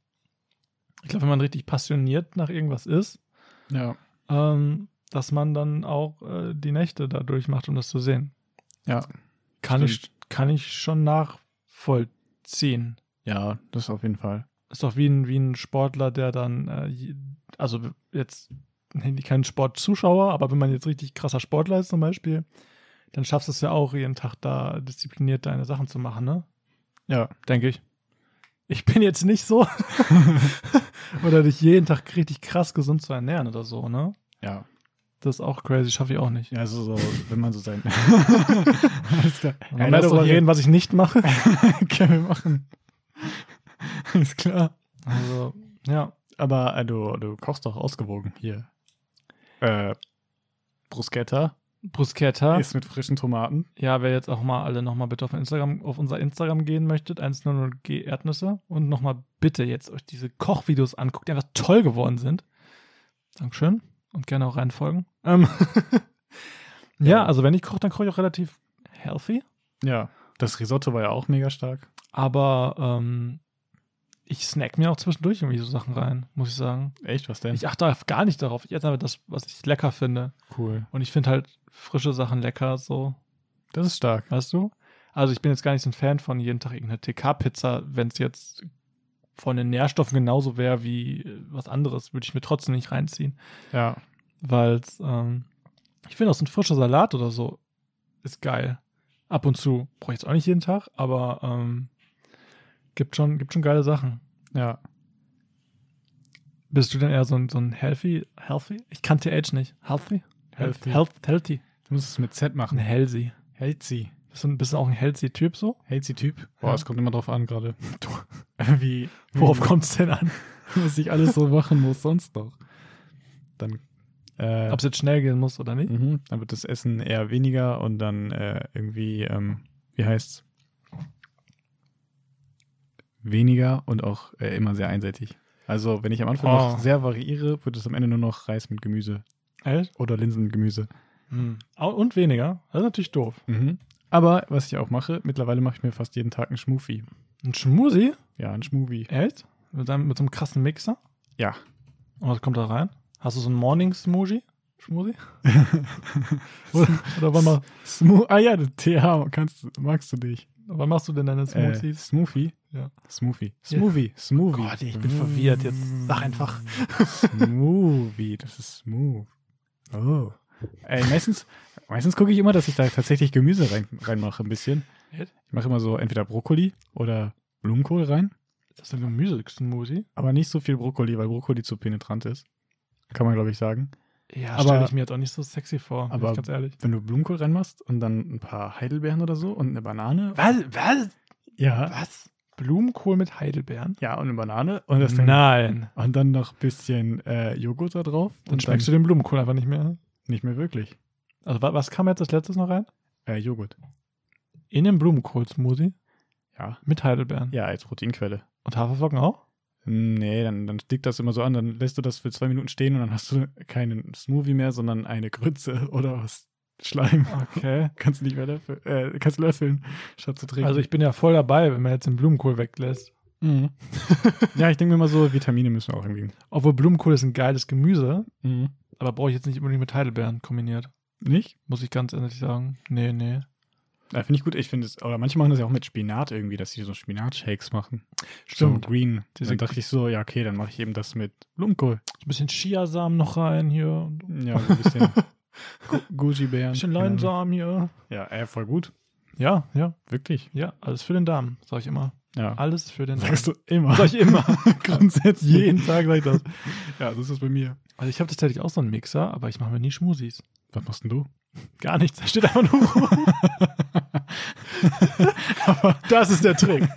[SPEAKER 2] Ich glaube, wenn man richtig passioniert nach irgendwas ist,
[SPEAKER 1] Ja.
[SPEAKER 2] ähm, dass man dann auch äh, die Nächte da durchmacht, um das zu sehen.
[SPEAKER 1] Ja.
[SPEAKER 2] Kann, ich, kann ich schon nachvollziehen.
[SPEAKER 1] Ja, das auf jeden Fall.
[SPEAKER 2] Ist doch wie ein, wie ein Sportler, der dann, äh, je- also jetzt nee, kein Sportzuschauer, aber wenn man jetzt richtig krasser Sportler ist zum Beispiel, dann schaffst du es ja auch, jeden Tag da diszipliniert deine Sachen zu machen, ne?
[SPEAKER 1] Ja.
[SPEAKER 2] denke ich. Ich bin jetzt nicht so. oder dich jeden Tag richtig krass gesund zu ernähren oder so, ne?
[SPEAKER 1] Ja.
[SPEAKER 2] Das ist auch crazy, schaffe ich auch nicht.
[SPEAKER 1] Ja, also so, wenn man so sein. Alles klar. Ja,
[SPEAKER 2] Wollen wir
[SPEAKER 1] lass
[SPEAKER 2] darüber
[SPEAKER 1] doch
[SPEAKER 2] reden, was ich nicht mache.
[SPEAKER 1] Können wir machen. Ist klar.
[SPEAKER 2] Also, ja.
[SPEAKER 1] Aber äh, du, du kochst doch ausgewogen hier. Äh, Bruschetta
[SPEAKER 2] Bruschetta.
[SPEAKER 1] ist mit frischen Tomaten.
[SPEAKER 2] Ja, wer jetzt auch mal alle nochmal bitte auf Instagram, auf unser Instagram gehen möchtet, 100G Erdnüsse und nochmal bitte jetzt euch diese Kochvideos anguckt, die einfach toll geworden sind. Dankeschön und gerne auch reinfolgen. Ähm ja, also wenn ich koche, dann koche ich auch relativ healthy.
[SPEAKER 1] Ja. Das Risotto war ja auch mega stark.
[SPEAKER 2] Aber ähm, ich snack mir auch zwischendurch irgendwie so Sachen rein, muss ich sagen.
[SPEAKER 1] Echt, was denn?
[SPEAKER 2] Ich achte auf gar nicht darauf. Ich esse einfach das, was ich lecker finde.
[SPEAKER 1] cool.
[SPEAKER 2] Und ich finde halt frische Sachen lecker, so,
[SPEAKER 1] Das ist stark.
[SPEAKER 2] weißt du? Also ich bin jetzt gar nicht so ein Fan von jeden Tag irgendeiner TK-Pizza. Wenn es jetzt von den Nährstoffen genauso wäre wie äh, was anderes, würde ich mir trotzdem nicht reinziehen.
[SPEAKER 1] Ja.
[SPEAKER 2] Weil ähm, ich finde auch so ein frischer Salat oder so ist geil. Ab und zu brauche ich jetzt auch nicht jeden Tag, aber ähm, gibt, schon, gibt schon geile Sachen.
[SPEAKER 1] Ja.
[SPEAKER 2] Bist du denn eher so ein, so ein healthy, healthy? Ich kannte Age nicht. Healthy?
[SPEAKER 1] Healthy.
[SPEAKER 2] Health, healthy.
[SPEAKER 1] Du musst es mit Z
[SPEAKER 2] Ein
[SPEAKER 1] machen.
[SPEAKER 2] healthy.
[SPEAKER 1] Healthy.
[SPEAKER 2] Bist du ein bisschen auch ein healthy Typ so?
[SPEAKER 1] Healthy Typ. Boah,
[SPEAKER 2] Ja.
[SPEAKER 1] es kommt immer drauf an gerade.
[SPEAKER 2] Wie? Worauf kommt es denn an?
[SPEAKER 1] Was ich alles so machen muss sonst noch. Dann, äh,
[SPEAKER 2] Ob es jetzt schnell gehen muss oder nicht?
[SPEAKER 1] mhm, dann wird das Essen eher weniger und dann äh, irgendwie, ähm, wie heißt's? Weniger und auch äh, immer sehr einseitig. Also wenn ich am Anfang
[SPEAKER 2] Oh.
[SPEAKER 1] noch sehr variiere, wird es am Ende nur noch Reis mit Gemüse
[SPEAKER 2] Echt?
[SPEAKER 1] oder Linsen mit Gemüse.
[SPEAKER 2] Hm. Au- Und weniger. Das ist natürlich doof.
[SPEAKER 1] Mhm. Aber was ich auch mache, mittlerweile mache ich mir fast jeden Tag einen Schmufi.
[SPEAKER 2] Ein Schmusi?
[SPEAKER 1] Ja, einen Schmuvi.
[SPEAKER 2] Echt? Mit, einem, mit so einem krassen Mixer?
[SPEAKER 1] Ja.
[SPEAKER 2] Und was kommt da rein? Hast du so einen Morning-Smoothie? Schmusi? oder, oder wann, ma-
[SPEAKER 1] Smo ah ja, das TH kannst, du- magst du dich.
[SPEAKER 2] wann machst du denn deine
[SPEAKER 1] Äh,
[SPEAKER 2] Smoothies?
[SPEAKER 1] Smoothie?
[SPEAKER 2] Ja.
[SPEAKER 1] Smoothie.
[SPEAKER 2] Ja. Oh
[SPEAKER 1] Smoothie. Smoothie.
[SPEAKER 2] Gott, ich bin verwirrt. Jetzt sag einfach.
[SPEAKER 1] Smoothie. Das ist smooth. Oh. Ey, meistens, meistens gucke ich immer, dass ich da tatsächlich Gemüse rein, reinmache, ein bisschen.
[SPEAKER 2] Echt?
[SPEAKER 1] Ich mache immer so entweder Brokkoli oder Blumenkohl rein,
[SPEAKER 2] Das ist ein Gemüse-Smoothie.
[SPEAKER 1] aber nicht so viel Brokkoli, weil Brokkoli zu penetrant ist. Kann man, glaube ich, sagen.
[SPEAKER 2] Ja,
[SPEAKER 1] Aber-
[SPEAKER 2] stelle ich mir jetzt auch nicht so sexy vor, bin
[SPEAKER 1] Aber-
[SPEAKER 2] ich ganz ehrlich.
[SPEAKER 1] Wenn du Blumenkohl reinmachst und dann ein paar Heidelbeeren oder so und eine Banane.
[SPEAKER 2] Was? Was?
[SPEAKER 1] Ja.
[SPEAKER 2] Was? Blumenkohl mit Heidelbeeren?
[SPEAKER 1] Ja, und eine Banane. Und das dann
[SPEAKER 2] Nein.
[SPEAKER 1] Und dann noch ein bisschen äh, Joghurt da drauf.
[SPEAKER 2] Dann schmeckst du den Blumenkohl einfach nicht mehr.
[SPEAKER 1] Nicht mehr wirklich.
[SPEAKER 2] Also wa- was kam jetzt als letztes noch rein?
[SPEAKER 1] Äh, Joghurt.
[SPEAKER 2] In den Blumenkohl-Smoothie
[SPEAKER 1] Ja.
[SPEAKER 2] mit Heidelbeeren.
[SPEAKER 1] Ja, als Proteinquelle.
[SPEAKER 2] Und Haferflocken auch?
[SPEAKER 1] Nee, dann, dann liegt das immer so an. Dann lässt du das für zwei Minuten stehen und dann hast du keinen Smoothie mehr, sondern eine Grütze oder was. Schleim.
[SPEAKER 2] Okay.
[SPEAKER 1] Kannst du nicht mehr löffeln, äh, kannst löffeln, statt zu trinken.
[SPEAKER 2] Also ich bin ja voll dabei, wenn man jetzt den Blumenkohl weglässt.
[SPEAKER 1] Mhm. ja, ich denke mir immer so, Vitamine müssen auch irgendwie.
[SPEAKER 2] Obwohl Blumenkohl ist ein geiles Gemüse,
[SPEAKER 1] Mhm.
[SPEAKER 2] aber brauche ich jetzt nicht unbedingt mit Heidelbeeren kombiniert.
[SPEAKER 1] Nicht?
[SPEAKER 2] Muss ich ganz ehrlich sagen. Nee, nee.
[SPEAKER 1] Ja, finde ich gut. Ich finde es, oder manche machen das ja auch mit Spinat irgendwie, dass sie so Spinat-Shakes machen.
[SPEAKER 2] Stimmt.
[SPEAKER 1] So green.
[SPEAKER 2] Diese-
[SPEAKER 1] dann dachte ich so, ja, okay, dann mache ich eben das mit Blumenkohl.
[SPEAKER 2] Ein bisschen Chiasamen noch rein hier. und Ein
[SPEAKER 1] Ja, so ein bisschen Gu- Gucci-Bären.
[SPEAKER 2] bisschen Leinsamen hier.
[SPEAKER 1] Ja, äh, voll gut.
[SPEAKER 2] Ja, ja,
[SPEAKER 1] Wirklich.
[SPEAKER 2] ja. Alles für den Darm, sag ich immer.
[SPEAKER 1] Ja.
[SPEAKER 2] Alles für den Darm.
[SPEAKER 1] Sagst du immer.
[SPEAKER 2] Sag ich immer.
[SPEAKER 1] Grundsätzlich.
[SPEAKER 2] Jeden Tag sag ich das.
[SPEAKER 1] Ja, so ist das bei mir.
[SPEAKER 2] Also ich habe tatsächlich auch so einen Mixer, aber ich mache mir nie Schmusis.
[SPEAKER 1] Was machst denn du?
[SPEAKER 2] Gar nichts, da steht einfach nur rum. aber das ist der Trick.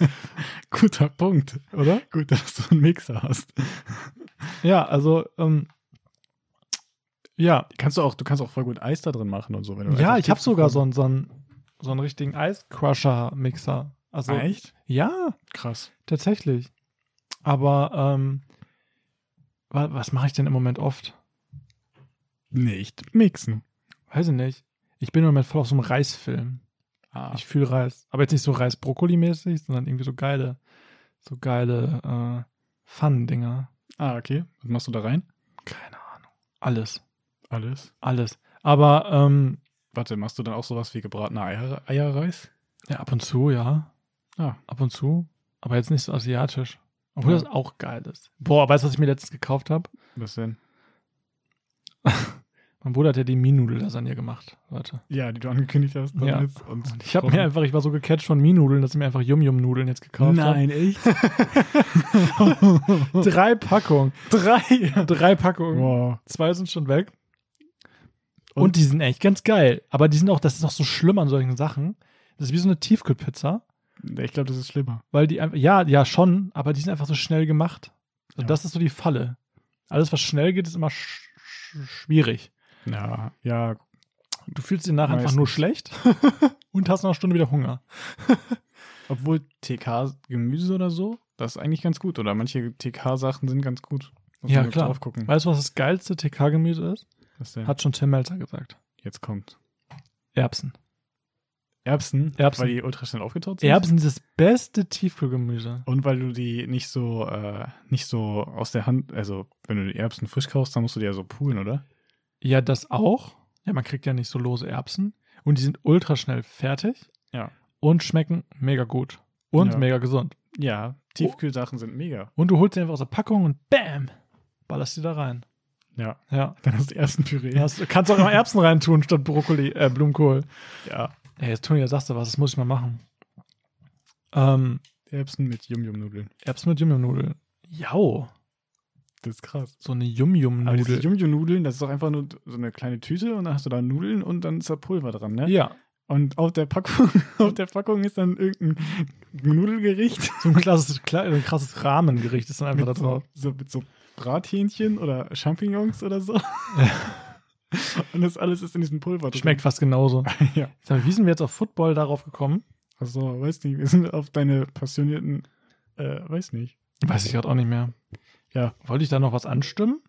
[SPEAKER 1] Guter Punkt.
[SPEAKER 2] Oder?
[SPEAKER 1] Gut, dass du einen Mixer hast.
[SPEAKER 2] Ja, also, ähm, ja.
[SPEAKER 1] Kannst du auch, du kannst auch voll gut Eis da drin machen und so, wenn du
[SPEAKER 2] Ja,
[SPEAKER 1] einfach
[SPEAKER 2] ich habe
[SPEAKER 1] tiefgefroren-
[SPEAKER 2] sogar so einen, so einen, so einen richtigen Eiscrusher-Mixer. Also,
[SPEAKER 1] Ah, echt?
[SPEAKER 2] ja,
[SPEAKER 1] Krass.
[SPEAKER 2] tatsächlich. Aber, ähm, wa was mache ich denn im Moment oft?
[SPEAKER 1] Nicht mixen.
[SPEAKER 2] Weiß ich nicht. Ich bin im Moment voll auf so einem Reisfilm.
[SPEAKER 1] Ah,
[SPEAKER 2] Ich fühle Reis. Aber jetzt nicht so Reis-Brokkoli-mäßig, sondern irgendwie so geile, so geile äh, Fun-Dinger.
[SPEAKER 1] ah, okay. Was machst du da rein?
[SPEAKER 2] Keine Ahnung. Alles.
[SPEAKER 1] Alles.
[SPEAKER 2] Alles. Aber ähm,
[SPEAKER 1] Warte, machst du dann auch sowas wie gebratener Eier Eierreis?
[SPEAKER 2] ja, ab und zu, ja.
[SPEAKER 1] Ah.
[SPEAKER 2] Ab und zu. Aber jetzt nicht so asiatisch. Obwohl
[SPEAKER 1] Ja.
[SPEAKER 2] das auch geil ist. Boah, weißt du, was ich mir letztens gekauft habe?
[SPEAKER 1] Was denn?
[SPEAKER 2] Mein Bruder hat ja die Minudel-Lasagne gemacht, Leute.
[SPEAKER 1] Ja, die du angekündigt hast.
[SPEAKER 2] Ja.
[SPEAKER 1] jetzt Und,
[SPEAKER 2] Und ich habe mir einfach, ich war so gecatcht von Minudeln, dass ich mir einfach Yum-Yum-Nudeln jetzt gekauft habe.
[SPEAKER 1] Nein, echt?
[SPEAKER 2] Drei Packungen.
[SPEAKER 1] Drei.
[SPEAKER 2] Drei Packungen.
[SPEAKER 1] Wow.
[SPEAKER 2] Zwei sind schon weg. Und,
[SPEAKER 1] Und-
[SPEAKER 2] die sind echt ganz geil. Aber die sind auch, das ist noch so schlimm an solchen Sachen. Das ist wie so eine Tiefkühlpizza,
[SPEAKER 1] Ich glaube, das ist schlimmer.
[SPEAKER 2] weil die einfach, ja, ja, schon, aber die sind einfach so schnell gemacht. Also
[SPEAKER 1] Ja.
[SPEAKER 2] Das ist so die Falle. Alles, was schnell geht, ist immer sch sch schwierig.
[SPEAKER 1] Ja, ja,
[SPEAKER 2] Du fühlst dich danach einfach
[SPEAKER 1] Meistens.
[SPEAKER 2] nur schlecht und hast nach einer Stunde wieder Hunger.
[SPEAKER 1] obwohl TK-Gemüse oder so, das ist eigentlich ganz gut. Oder manche TK-Sachen sind ganz gut.
[SPEAKER 2] Ja,
[SPEAKER 1] man
[SPEAKER 2] klar.
[SPEAKER 1] Drauf gucken.
[SPEAKER 2] Weißt du, was das geilste TK-Gemüse ist?
[SPEAKER 1] Was denn?
[SPEAKER 2] Hat schon Tim Melzer gesagt.
[SPEAKER 1] Jetzt kommt.
[SPEAKER 2] Erbsen.
[SPEAKER 1] Erbsen,
[SPEAKER 2] Erbsen.
[SPEAKER 1] weil die ultra schnell aufgetaut sind.
[SPEAKER 2] Erbsen ist das beste Tiefkühlgemüse.
[SPEAKER 1] Und weil du die nicht so, äh, nicht so aus der Hand, also wenn du die Erbsen frisch kaufst, dann musst du die ja so poolen, oder?
[SPEAKER 2] Ja, das auch. Ja, man kriegt ja nicht so lose Erbsen. Und die sind ultra schnell fertig.
[SPEAKER 1] Ja.
[SPEAKER 2] Und schmecken mega gut. Und
[SPEAKER 1] Ja.
[SPEAKER 2] mega gesund.
[SPEAKER 1] Ja, Tiefkühlsachen sind mega.
[SPEAKER 2] Und du holst sie einfach aus der Packung und bam, ballerst die da rein.
[SPEAKER 1] Ja,
[SPEAKER 2] Ja.
[SPEAKER 1] dann hast du Erbsenpüree.
[SPEAKER 2] Du hast, kannst auch immer Erbsen reintun statt Brokkoli, äh, Blumenkohl.
[SPEAKER 1] ja.
[SPEAKER 2] Ey, jetzt Toni, da sagst du was, das muss ich mal machen. Ähm,
[SPEAKER 1] Erbsen mit Yum-Yum-Nudeln.
[SPEAKER 2] Erbsen mit Yum-Yum-Nudeln. Jau,
[SPEAKER 1] Das ist krass.
[SPEAKER 2] so eine
[SPEAKER 1] Aber diese
[SPEAKER 2] Yum-Yum-Nudel.
[SPEAKER 1] Yum-Yum-Nudeln, das ist doch einfach nur so eine kleine Tüte und dann hast du da Nudeln und dann ist da Pulver dran, ne?
[SPEAKER 2] Ja,
[SPEAKER 1] Und auf der Packung, auf der Packung ist dann irgendein Nudelgericht
[SPEAKER 2] so ein krasses, kla- ein krasses Rahmengericht ist dann einfach da
[SPEAKER 1] mit so,
[SPEAKER 2] drauf.
[SPEAKER 1] so, mit so Brathähnchen oder Champignons oder so. und das alles ist in diesem Pulver drin.
[SPEAKER 2] Schmeckt fast genauso.
[SPEAKER 1] Ja.
[SPEAKER 2] Sag mal, wie sind wir jetzt auf Football darauf gekommen?
[SPEAKER 1] Also, weiß nicht, wir sind auf deine passionierten, äh, weiß nicht.
[SPEAKER 2] Weiß ich gerade auch nicht mehr.
[SPEAKER 1] Ja.
[SPEAKER 2] Wollte ich da noch was anstimmen?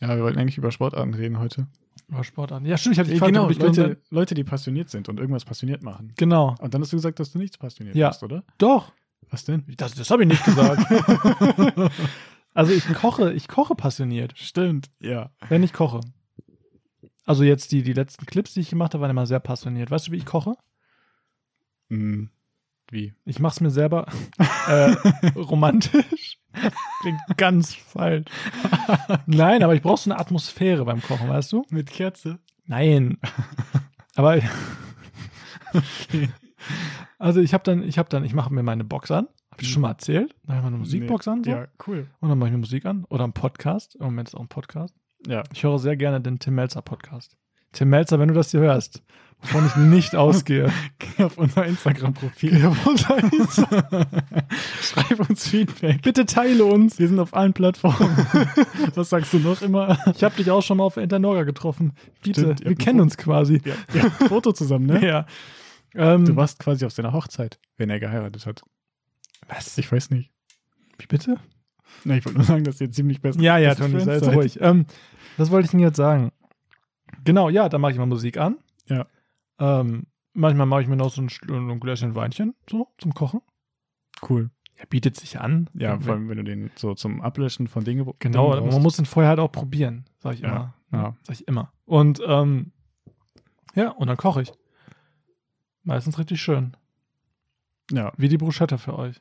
[SPEAKER 1] Ja, wir wollten eigentlich über Sportarten reden heute.
[SPEAKER 2] Über Sport an. Ja, stimmt, ich hatte
[SPEAKER 1] Äh,
[SPEAKER 2] gefragt,
[SPEAKER 1] genau,
[SPEAKER 2] ob ich
[SPEAKER 1] Leute,
[SPEAKER 2] gesund
[SPEAKER 1] Leute, die passioniert sind und irgendwas passioniert machen.
[SPEAKER 2] bin. Genau.
[SPEAKER 1] Und dann hast du gesagt, dass du nichts passioniert
[SPEAKER 2] Ja.
[SPEAKER 1] bist, oder?
[SPEAKER 2] Doch.
[SPEAKER 1] Was denn?
[SPEAKER 2] Das, das habe ich nicht gesagt. also ich koche, ich koche passioniert,
[SPEAKER 1] Stimmt, ja.
[SPEAKER 2] wenn ich koche. Also jetzt die, die letzten Clips, die ich gemacht habe, waren immer sehr passioniert. Weißt du, wie ich koche?
[SPEAKER 1] Hm, Wie?
[SPEAKER 2] Ich mache es mir selber äh, romantisch. Klingt ganz falsch. Nein, aber ich brauche so eine Atmosphäre beim Kochen, weißt du?
[SPEAKER 1] Mit Kerze?
[SPEAKER 2] Nein. Aber also ich habe dann, ich habe dann, ich mache mir meine Box an. Habe ich schon mal erzählt? Da habe ich meine Musikbox
[SPEAKER 1] Mhm. Nee.
[SPEAKER 2] an. So.
[SPEAKER 1] Ja, cool.
[SPEAKER 2] Und dann mache ich mir Musik an. Oder einen Podcast. Im Moment ist auch ein Podcast.
[SPEAKER 1] Ja.
[SPEAKER 2] Ich höre sehr gerne den Tim Melzer Podcast. Tim Melzer, wenn du das hier hörst, wovon ich nicht ausgehe.
[SPEAKER 1] Geh auf unser Instagram-Profil. auf unser Instagram. Schreib uns Feedback.
[SPEAKER 2] Bitte teile uns.
[SPEAKER 1] Wir sind auf allen Plattformen. Was sagst du noch immer?
[SPEAKER 2] Ich habe dich auch schon mal auf Internorga getroffen. Bitte,
[SPEAKER 1] Stimmt, ihr
[SPEAKER 2] wir
[SPEAKER 1] habt ein
[SPEAKER 2] kennen uns quasi.
[SPEAKER 1] Ja, ja. Foto zusammen, ne?
[SPEAKER 2] Ja. Ähm,
[SPEAKER 1] Du warst quasi auf seiner Hochzeit, wenn er geheiratet hat.
[SPEAKER 2] was?
[SPEAKER 1] Ich weiß nicht.
[SPEAKER 2] Wie bitte?
[SPEAKER 1] Na, ich wollte nur sagen, dass ihr ziemlich besser
[SPEAKER 2] Ja, ja,
[SPEAKER 1] beste
[SPEAKER 2] Toni, sei
[SPEAKER 1] Friends
[SPEAKER 2] jetzt
[SPEAKER 1] seid.
[SPEAKER 2] ruhig. Ähm, was wollte ich denn jetzt sagen? Genau, ja, da mache ich mal Musik an.
[SPEAKER 1] Ja.
[SPEAKER 2] Ähm, manchmal mache ich mir noch so ein, Schl- ein Gläschen Weinchen so zum Kochen.
[SPEAKER 1] Cool.
[SPEAKER 2] Ja, bietet sich an.
[SPEAKER 1] Ja, vor allem, wenn du den so zum Ablöschen von Dingen gebrauchst.
[SPEAKER 2] Genau,
[SPEAKER 1] Dingen
[SPEAKER 2] man
[SPEAKER 1] brauchst.
[SPEAKER 2] muss den vorher halt auch probieren, sage ich
[SPEAKER 1] Ja,
[SPEAKER 2] immer.
[SPEAKER 1] ja.
[SPEAKER 2] Sag ich immer. Und ähm, ja, und dann koche ich. Meistens richtig schön.
[SPEAKER 1] Ja,
[SPEAKER 2] Wie die Bruschetta für euch.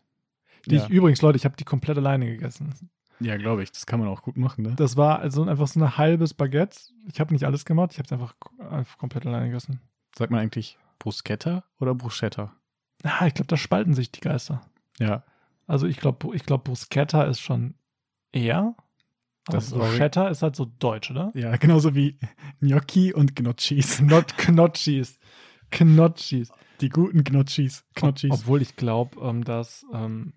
[SPEAKER 2] Die
[SPEAKER 1] ja.
[SPEAKER 2] ich übrigens, Leute, ich habe die komplett alleine gegessen.
[SPEAKER 1] ja glaube ich. Das kann man auch gut machen, ne?
[SPEAKER 2] Das war also einfach so ein halbes Baguette. Ich habe nicht alles gemacht, ich habe es einfach, einfach komplett alleine gegessen.
[SPEAKER 1] Sagt man eigentlich Bruschetta oder Bruschetta?
[SPEAKER 2] Ah, ich glaube, da spalten sich die Geister.
[SPEAKER 1] Ja.
[SPEAKER 2] Also ich glaube, ich glaub, Bruschetta ist schon eher. Aber
[SPEAKER 1] Das ist
[SPEAKER 2] Bruschetta ist halt so deutsch, oder?
[SPEAKER 1] Ja, genauso wie Gnocchi und Gnocchis.
[SPEAKER 2] Knot Knotschis. Knotschis.
[SPEAKER 1] Die guten Gnocchis. Knotschis.
[SPEAKER 2] Ob, obwohl ich glaube, ähm, dass, ähm,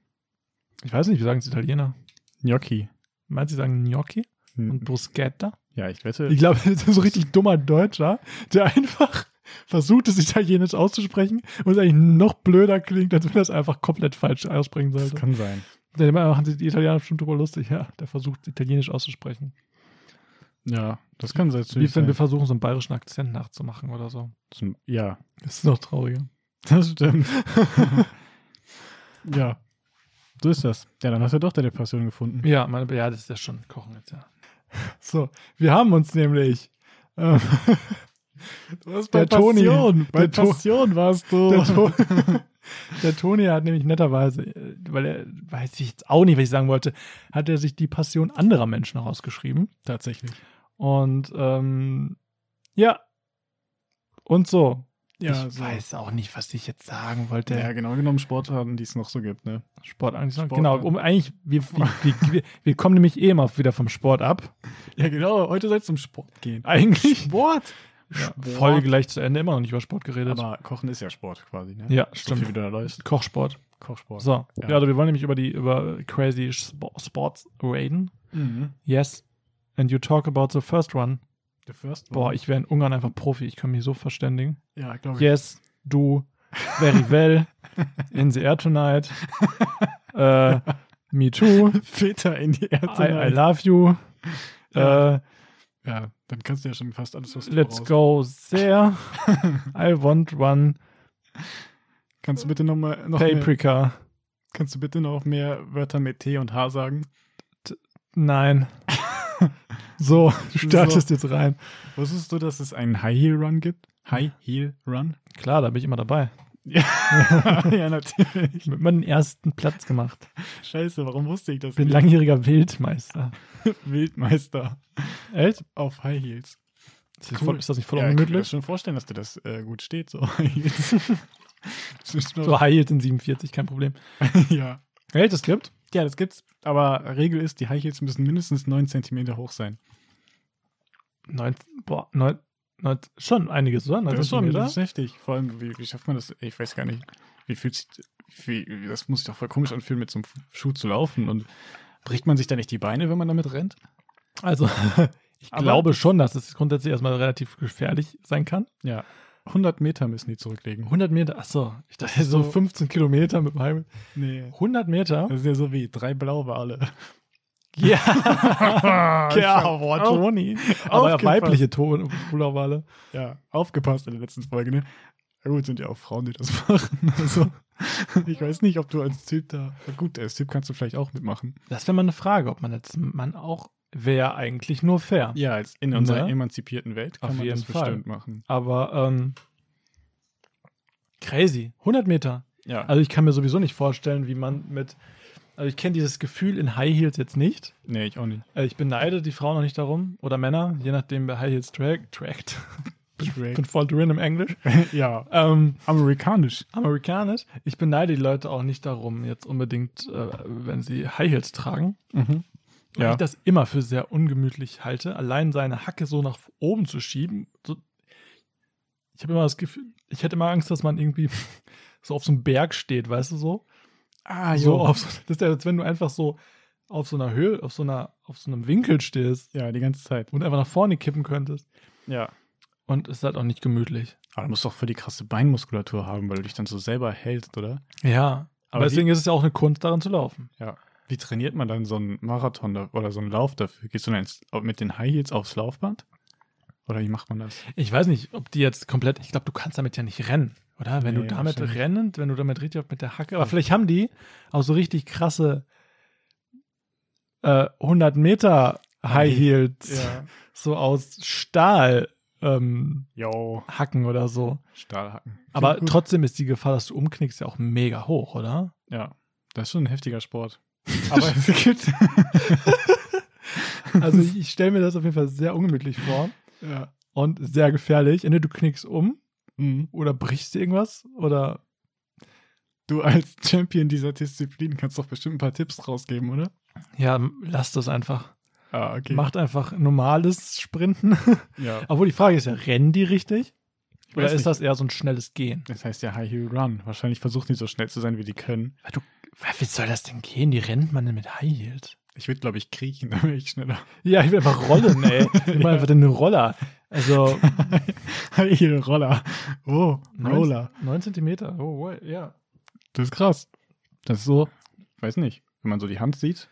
[SPEAKER 2] ich weiß nicht, wie sagen es Italiener?
[SPEAKER 1] Gnocchi. Hm.
[SPEAKER 2] Meinst du, sie sagen Gnocchi und Bruschetta?
[SPEAKER 1] Ja, ich wette.
[SPEAKER 2] Ich glaube, das ist so ein richtig dummer Deutscher, der einfach versucht, es italienisch auszusprechen und es eigentlich noch blöder klingt, als wenn er es einfach komplett falsch aussprechen
[SPEAKER 1] das
[SPEAKER 2] sollte.
[SPEAKER 1] kann sein.
[SPEAKER 2] Da machen sich die Italiener bestimmt drüber lustig, ja. Der versucht, italienisch auszusprechen.
[SPEAKER 1] Ja, das kann sein.
[SPEAKER 2] Wie wenn wir versuchen, so einen bayerischen Akzent nachzumachen oder so.
[SPEAKER 1] Zum- Ja,
[SPEAKER 2] Das ist noch trauriger.
[SPEAKER 1] das stimmt. ja. So ist das. Ja, dann hast du doch deine Passion gefunden.
[SPEAKER 2] Ja, meine, ja, das ist ja schon Kochen jetzt, ja. So, wir haben uns nämlich. Ähm,
[SPEAKER 1] Was
[SPEAKER 2] bei Passion?
[SPEAKER 1] Bei
[SPEAKER 2] Der To-
[SPEAKER 1] Passion warst du.
[SPEAKER 2] der, to der Toni hat nämlich netterweise, äh, weil er, weiß ich jetzt auch nicht, was ich sagen wollte, hat er sich die Passion anderer Menschen herausgeschrieben.
[SPEAKER 1] Tatsächlich.
[SPEAKER 2] Und ähm, ja. Und so.
[SPEAKER 1] Ja,
[SPEAKER 2] ich
[SPEAKER 1] so.
[SPEAKER 2] weiß auch nicht, was ich jetzt sagen wollte.
[SPEAKER 1] Ja, genau genommen Sportarten, die es noch so gibt, ne?
[SPEAKER 2] Sport eigentlich sagen.
[SPEAKER 1] Sport,
[SPEAKER 2] genau,
[SPEAKER 1] ja.
[SPEAKER 2] um eigentlich, wir, wir, wir- wir, wir kommen nämlich eh immer wieder vom Sport ab.
[SPEAKER 1] Ja, genau. Heute soll es zum
[SPEAKER 2] um
[SPEAKER 1] Sport gehen.
[SPEAKER 2] Eigentlich
[SPEAKER 1] Sport?
[SPEAKER 2] ja,
[SPEAKER 1] Sport.
[SPEAKER 2] Folge gleich zu Ende immer noch nicht über Sport geredet.
[SPEAKER 1] Aber Kochen ist ja Sport quasi, ne?
[SPEAKER 2] ja,
[SPEAKER 1] So viel, wie
[SPEAKER 2] stimmt.
[SPEAKER 1] du da läufst.
[SPEAKER 2] Kochsport.
[SPEAKER 1] Kochsport.
[SPEAKER 2] So.
[SPEAKER 1] Ja.
[SPEAKER 2] Ja. also wir wollen nämlich über die über crazy Sp- Sports reden.
[SPEAKER 1] Mhm.
[SPEAKER 2] Yes. And you talk about the first one.
[SPEAKER 1] The first one.
[SPEAKER 2] Boah, ich wäre in Ungarn einfach Profi. Ich kann mich so verständigen.
[SPEAKER 1] Ja, glaube ich.
[SPEAKER 2] Yes, du, very well, in the air tonight, äh, me too,
[SPEAKER 1] Filter in die Erde.
[SPEAKER 2] I, I love you,
[SPEAKER 1] Ja.
[SPEAKER 2] äh,
[SPEAKER 1] ja, dann kannst du ja schon fast alles, was du
[SPEAKER 2] let's
[SPEAKER 1] brauchst.
[SPEAKER 2] go there, I want one
[SPEAKER 1] Kannst du bitte noch mal noch mehr,
[SPEAKER 2] Paprika.
[SPEAKER 1] kannst du bitte noch mehr Wörter mit T und H sagen?
[SPEAKER 2] Nein. so, du startest jetzt rein.
[SPEAKER 1] Wusstest du, dass es einen High Heel Run gibt? High Heel Run?
[SPEAKER 2] Klar, da bin ich immer dabei.
[SPEAKER 1] Ja, ja natürlich.
[SPEAKER 2] Ich habe immer den ersten Platz gemacht.
[SPEAKER 1] Scheiße, warum wusste ich das?
[SPEAKER 2] Ich bin langjähriger Wildmeister.
[SPEAKER 1] Wildmeister
[SPEAKER 2] Echt?
[SPEAKER 1] auf High Heels.
[SPEAKER 2] Ist, das
[SPEAKER 1] Cool.
[SPEAKER 2] voll, ist das nicht voll
[SPEAKER 1] ja, ich kann mir
[SPEAKER 2] ungemütlich?
[SPEAKER 1] schon vorstellen, dass dir das äh, gut steht, so High Heels. Das ist nur-
[SPEAKER 2] So heilt in 47, kein Problem.
[SPEAKER 1] ja.
[SPEAKER 2] Echt, das gibt?
[SPEAKER 1] ja, das gibt's. Aber Regel ist, die High Heels müssen mindestens 9 cm hoch sein.
[SPEAKER 2] Neun, boah, neun, neun, schon einiges, oder? Neun
[SPEAKER 1] Das ist schon
[SPEAKER 2] Zentimeter?
[SPEAKER 1] das ist heftig. Vor allem, wie, wie schafft man das? Ich weiß gar nicht. Wie fühlt sich, wie, wie- das muss sich doch voll komisch anfühlen, mit so einem Schuh zu laufen. Und bricht man sich da nicht die Beine, wenn man damit rennt?
[SPEAKER 2] Also, ich
[SPEAKER 1] Aber-
[SPEAKER 2] glaube schon, dass es grundsätzlich erstmal relativ gefährlich sein kann.
[SPEAKER 1] Ja. 100 Meter müssen die zurücklegen.
[SPEAKER 2] 100 Meter, achso, ich dachte so
[SPEAKER 1] So-
[SPEAKER 2] 15 Kilometer mit meinem.
[SPEAKER 1] Nee.
[SPEAKER 2] 100 Meter?
[SPEAKER 1] Das ist ja so wie drei blaue alle.
[SPEAKER 2] Ja,
[SPEAKER 1] ja,
[SPEAKER 2] boah,
[SPEAKER 1] Auf-
[SPEAKER 2] Toni. Aber
[SPEAKER 1] aufgepasst.
[SPEAKER 2] weibliche Ton, Pullerwale.
[SPEAKER 1] ja, aufgepasst in der letzten Folge, ne? Ja, gut, sind ja auch Frauen, die das machen. Also, ich weiß nicht, ob du als Typ da. Gut, als Typ kannst du vielleicht auch mitmachen.
[SPEAKER 2] Das wäre mal eine Frage, ob man als Mann auch wäre eigentlich nur fair.
[SPEAKER 1] Ja, als in
[SPEAKER 2] unserer
[SPEAKER 1] unserer emanzipierten Welt
[SPEAKER 2] kann
[SPEAKER 1] kann
[SPEAKER 2] man
[SPEAKER 1] man
[SPEAKER 2] das
[SPEAKER 1] das bestimmt
[SPEAKER 2] bestimmt
[SPEAKER 1] machen.
[SPEAKER 2] Aber ähm, crazy. 100 Meter.
[SPEAKER 1] Ja.
[SPEAKER 2] Also ich kann mir sowieso nicht vorstellen, wie man mit. Also ich kenne dieses Gefühl in High Heels jetzt nicht.
[SPEAKER 1] nee, ich auch nicht.
[SPEAKER 2] Äh, Ich beneide die Frauen noch nicht darum. Oder Männer, je nachdem, wer High Heels track, trackt. Ich bin voll drin im Englisch.
[SPEAKER 1] ja,
[SPEAKER 2] Ähm,
[SPEAKER 1] amerikanisch.
[SPEAKER 2] Amerikanisch. Ich beneide die Leute auch nicht darum, jetzt unbedingt, äh, wenn sie High Heels tragen. Weil
[SPEAKER 1] Ja.
[SPEAKER 2] ich das immer für sehr ungemütlich halte, allein seine Hacke so nach oben zu schieben. So, ich habe immer das Gefühl, ich hätte immer Angst, dass man irgendwie so auf so einem Berg steht, weißt du so?
[SPEAKER 1] Ah,
[SPEAKER 2] so auf so, das ist ja, als wenn du einfach so auf so einer Höhe, auf so einer, auf so einem Winkel stehst
[SPEAKER 1] ja, die ganze Zeit.
[SPEAKER 2] und einfach nach vorne kippen könntest.
[SPEAKER 1] Ja.
[SPEAKER 2] Und es ist halt auch nicht gemütlich.
[SPEAKER 1] Aber du musst doch voll die krasse Beinmuskulatur haben, weil du dich dann so selber hältst, oder?
[SPEAKER 2] Ja. Aber,
[SPEAKER 1] Aber
[SPEAKER 2] deswegen ist es ja auch eine Kunst, daran zu laufen.
[SPEAKER 1] Wie trainiert man dann so einen Marathon da, oder so einen Lauf dafür? Gehst du dann ins, mit den High Heels aufs Laufband? Oder wie macht man das?
[SPEAKER 2] Ich weiß nicht, ob die jetzt komplett, ich glaube, du kannst damit ja nicht rennen, oder? Wenn
[SPEAKER 1] Nee,
[SPEAKER 2] du damit
[SPEAKER 1] wahrscheinlich.
[SPEAKER 2] rennend, wenn du damit richtig mit der Hacke, aber vielleicht haben die auch so richtig krasse äh, 100 Meter High Heels, so aus Stahl ähm,
[SPEAKER 1] Yo,
[SPEAKER 2] hacken oder so.
[SPEAKER 1] Stahlhacken.
[SPEAKER 2] Aber
[SPEAKER 1] Klingt gut.
[SPEAKER 2] trotzdem ist die Gefahr, dass du umknickst, ja auch mega hoch, oder?
[SPEAKER 1] Ja, das ist schon ein heftiger Sport. Aber es gibt.
[SPEAKER 2] Also ich, ich stelle mir das auf jeden Fall sehr ungemütlich vor
[SPEAKER 1] ja.
[SPEAKER 2] und sehr gefährlich. Entweder du knickst um
[SPEAKER 1] Mhm.
[SPEAKER 2] oder brichst dir irgendwas oder
[SPEAKER 1] Du als Champion dieser Disziplin kannst doch bestimmt ein paar Tipps rausgeben, oder?
[SPEAKER 2] ja, lass das einfach.
[SPEAKER 1] Ah, okay.
[SPEAKER 2] Macht einfach normales Sprinten.
[SPEAKER 1] Ja.
[SPEAKER 2] Obwohl die Frage ist ja, rennen die richtig?
[SPEAKER 1] Ich
[SPEAKER 2] Oder
[SPEAKER 1] weiß
[SPEAKER 2] ist
[SPEAKER 1] nicht.
[SPEAKER 2] das eher so ein schnelles Gehen?
[SPEAKER 1] Das heißt ja High Heel Run. Wahrscheinlich versuchen die so schnell zu sein, wie die können.
[SPEAKER 2] Wie soll das denn gehen? Die rennt man denn mit High Heels?
[SPEAKER 1] Ich würde, glaube ich, kriechen, dann wäre ich schneller.
[SPEAKER 2] Ja, ich will einfach rollen, ey. Ich meine einfach den Roller. Also
[SPEAKER 1] High Heel Roller. Oh, Roller.
[SPEAKER 2] 9 Zentimeter. Oh, wow, ja.
[SPEAKER 1] Das ist krass. Das ist so, weiß nicht, wenn man so die Hand sieht.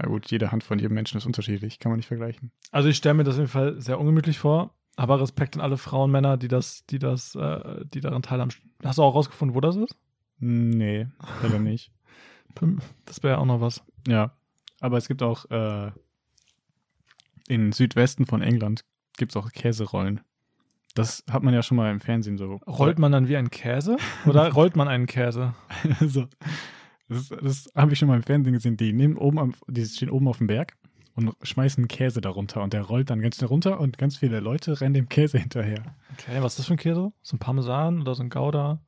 [SPEAKER 1] Ja gut, jede Hand von jedem Menschen ist unterschiedlich, kann man nicht vergleichen.
[SPEAKER 2] Also ich stelle mir das auf jeden Fall sehr ungemütlich vor. Aber Respekt an alle Frauen, Männer, die das, die das, äh, die daran teilhaben. Hast du auch rausgefunden, wo das ist?
[SPEAKER 1] Nee, leider nicht.
[SPEAKER 2] Das wäre ja auch noch was.
[SPEAKER 1] Ja, aber es gibt auch äh, im Südwesten von England gibt es auch Käserollen. Das hat man ja schon mal im Fernsehen so.
[SPEAKER 2] Rollt man dann wie ein Käse? Oder rollt man einen Käse?
[SPEAKER 1] so. Also, Das, ist- das habe ich schon mal im Fernsehen gesehen. Die nehmen oben am, die stehen oben auf dem Berg und schmeißen Käse darunter und der rollt dann ganz schnell runter und ganz viele Leute rennen dem Käse hinterher.
[SPEAKER 2] Okay, was ist das für ein Käse? So ein Parmesan oder so ein Gouda?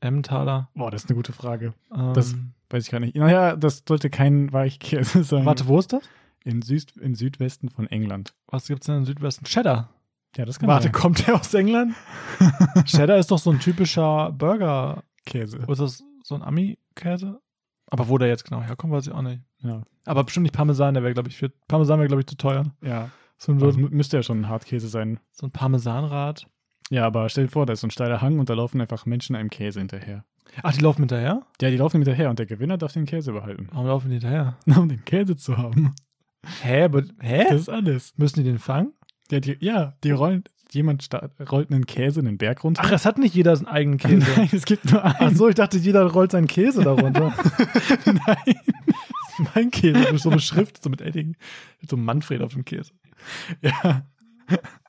[SPEAKER 2] Emmentaler?
[SPEAKER 1] Boah, das ist eine gute Frage.
[SPEAKER 2] Ähm,
[SPEAKER 1] Das- Weiß ich gar nicht. Naja, das sollte kein Weichkäse sein.
[SPEAKER 2] warte, wo ist das?
[SPEAKER 1] Im, Süd, Im Südwesten von England.
[SPEAKER 2] Was gibt's denn im Südwesten? Cheddar.
[SPEAKER 1] Ja, das kann
[SPEAKER 2] Warte,
[SPEAKER 1] sein.
[SPEAKER 2] kommt der aus England? Cheddar ist doch so ein typischer Burger.
[SPEAKER 1] Käse.
[SPEAKER 2] Oder ist das so ein Ami-Käse? Aber wo der jetzt genau herkommt, weiß ich auch nicht.
[SPEAKER 1] Ja.
[SPEAKER 2] Aber bestimmt nicht Parmesan, der wäre, glaube ich, für Parmesan wäre, glaube ich, zu teuer.
[SPEAKER 1] Ja. Also
[SPEAKER 2] So ein,
[SPEAKER 1] Aber Das mü- müsste ja schon ein Hartkäse sein.
[SPEAKER 2] so ein Parmesanrad.
[SPEAKER 1] Ja, aber stell dir vor, da ist so ein steiler Hang und da laufen einfach Menschen einem Käse hinterher.
[SPEAKER 2] Ach, die laufen hinterher?
[SPEAKER 1] Ja, die laufen hinterher und der Gewinner darf den Käse behalten.
[SPEAKER 2] Warum laufen die hinterher?
[SPEAKER 1] Um den Käse zu haben.
[SPEAKER 2] Hä? Aber, hä?
[SPEAKER 1] Das ist alles.
[SPEAKER 2] Müssen die den fangen?
[SPEAKER 1] Ja, die, ja, die rollen. jemand sta- rollt einen Käse einen Berg runter.
[SPEAKER 2] Hm. Ach, es hat nicht jeder seinen eigenen Käse.
[SPEAKER 1] Nein, es gibt nur
[SPEAKER 2] Ach
[SPEAKER 1] einen.
[SPEAKER 2] so, ich dachte, jeder rollt seinen Käse darunter.
[SPEAKER 1] Nein.
[SPEAKER 2] mein Käse, so beschriftet, so mit Edding. So Manfred auf dem Käse.
[SPEAKER 1] Ja.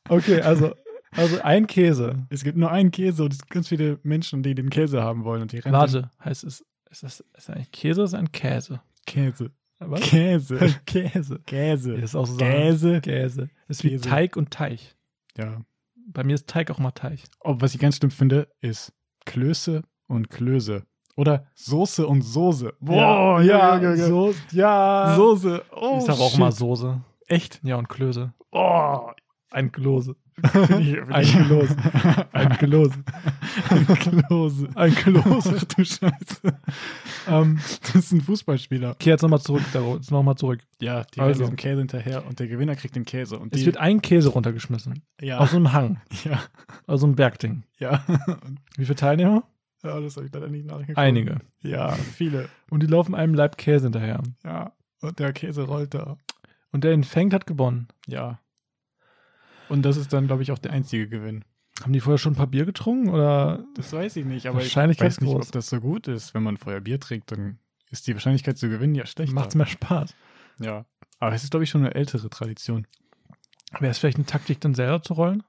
[SPEAKER 2] Okay, also, also ein Käse.
[SPEAKER 1] Es gibt nur einen Käse und es gibt ganz viele Menschen, die den Käse haben wollen und die rennen.
[SPEAKER 2] Warte, heißt es, ist das, ist das eigentlich Käse oder ist das ein Käse?
[SPEAKER 1] Käse.
[SPEAKER 2] Was?
[SPEAKER 1] Käse.
[SPEAKER 2] Käse.
[SPEAKER 1] Käse.
[SPEAKER 2] Das ist auch so Sachen.
[SPEAKER 1] Käse.
[SPEAKER 2] Käse. Das ist wie
[SPEAKER 1] Käse.
[SPEAKER 2] Teig und Teich.
[SPEAKER 1] Ja.
[SPEAKER 2] Bei mir ist Teig auch mal Teich.
[SPEAKER 1] Oh, was ich ganz schlimm finde, ist Klöße und Klöße. Oder Soße und Soße. Boah, ja, ja, ja.
[SPEAKER 2] So, ja.
[SPEAKER 1] Soße. Oh,
[SPEAKER 2] ich sag auch
[SPEAKER 1] shit.
[SPEAKER 2] mal Soße.
[SPEAKER 1] Echt?
[SPEAKER 2] Ja, und Klöße.
[SPEAKER 1] Oh.
[SPEAKER 2] Ein Klose.
[SPEAKER 1] Ein
[SPEAKER 2] Klose. Ein Klose.
[SPEAKER 1] Ein Klose.
[SPEAKER 2] Ein Klose.
[SPEAKER 1] Ach du Scheiße.
[SPEAKER 2] ähm,
[SPEAKER 1] Das ist ein Fußballspieler.
[SPEAKER 2] okay, jetzt nochmal zurück, Daro. Jetzt nochmal zurück.
[SPEAKER 1] Ja, die
[SPEAKER 2] Also.
[SPEAKER 1] also. diesem Käse hinterher und der Gewinner kriegt den Käse. Und die, Ah.
[SPEAKER 2] Es wird ein Käse runtergeschmissen.
[SPEAKER 1] ja,
[SPEAKER 2] Aus so einem Hang.
[SPEAKER 1] ja,
[SPEAKER 2] Aus so einem Bergding.
[SPEAKER 1] ja. Und,
[SPEAKER 2] Wie viele Teilnehmer?
[SPEAKER 1] ja, das habe ich leider nicht nachgeguckt.
[SPEAKER 2] Einige.
[SPEAKER 1] Ja, viele.
[SPEAKER 2] Und die laufen einem Leib Käse hinterher.
[SPEAKER 1] Ja. Und der Käse rollt da.
[SPEAKER 2] Und der ihn fängt, hat gewonnen.
[SPEAKER 1] Ja. Und das ist dann, glaube ich, auch der einzige Gewinn.
[SPEAKER 2] Haben die vorher schon ein paar Bier getrunken? Oder
[SPEAKER 1] Das weiß ich nicht, aber ich
[SPEAKER 2] Wahrscheinlichkeit
[SPEAKER 1] weiß nicht,
[SPEAKER 2] groß.
[SPEAKER 1] ob das so gut ist. Wenn man vorher Bier trinkt, dann ist die Wahrscheinlichkeit zu gewinnen ja schlechter.
[SPEAKER 2] macht es mehr Spaß?
[SPEAKER 1] Ja. Aber es ist, glaube ich, schon eine ältere Tradition.
[SPEAKER 2] Wäre es vielleicht eine Taktik, dann selber zu rollen,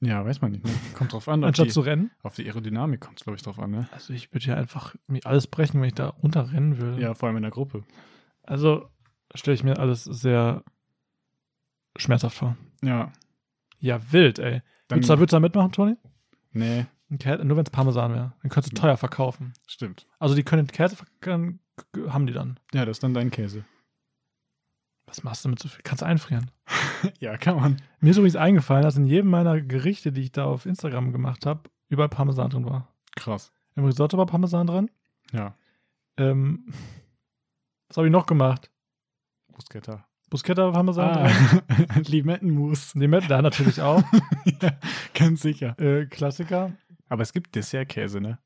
[SPEAKER 1] Ja, weiß man nicht. Ne? Kommt drauf an. Auf
[SPEAKER 2] anstatt
[SPEAKER 1] die,
[SPEAKER 2] zu rennen?
[SPEAKER 1] auf die Aerodynamik kommt es, glaube ich, drauf an. Ne?
[SPEAKER 2] Also ich würde ja einfach mir alles brechen, wenn ich da runterrennen würde.
[SPEAKER 1] Ja, vor allem in der Gruppe.
[SPEAKER 2] Also stelle ich mir alles sehr schmerzhaft vor.
[SPEAKER 1] Ja.
[SPEAKER 2] Ja, wild, ey.
[SPEAKER 1] Dann,
[SPEAKER 2] würdest, du, würdest du da mitmachen, Toni?
[SPEAKER 1] nee,
[SPEAKER 2] Eine Kälte- Nur wenn es Parmesan wäre. Dann könntest du teuer verkaufen.
[SPEAKER 1] stimmt.
[SPEAKER 2] Also die können Käse verk- können- haben die dann.
[SPEAKER 1] Ja, das ist dann dein Käse.
[SPEAKER 2] Was machst du damit so viel? Kannst du einfrieren.
[SPEAKER 1] Ja, kann man.
[SPEAKER 2] Mir ist übrigens eingefallen, dass in jedem meiner Gerichte, die ich da auf Instagram gemacht habe, überall Parmesan drin war.
[SPEAKER 1] Krass.
[SPEAKER 2] Im Risotto war Parmesan drin.
[SPEAKER 1] Ja,
[SPEAKER 2] Ähm, was habe ich noch gemacht?
[SPEAKER 1] Bruschetta.
[SPEAKER 2] Bruschetta war Parmesan
[SPEAKER 1] Ah.
[SPEAKER 2] drin.
[SPEAKER 1] Limettenmus.
[SPEAKER 2] Die Met- da natürlich auch.
[SPEAKER 1] ja, ganz sicher.
[SPEAKER 2] äh, Klassiker.
[SPEAKER 1] Aber es gibt Dessertkäse, ne?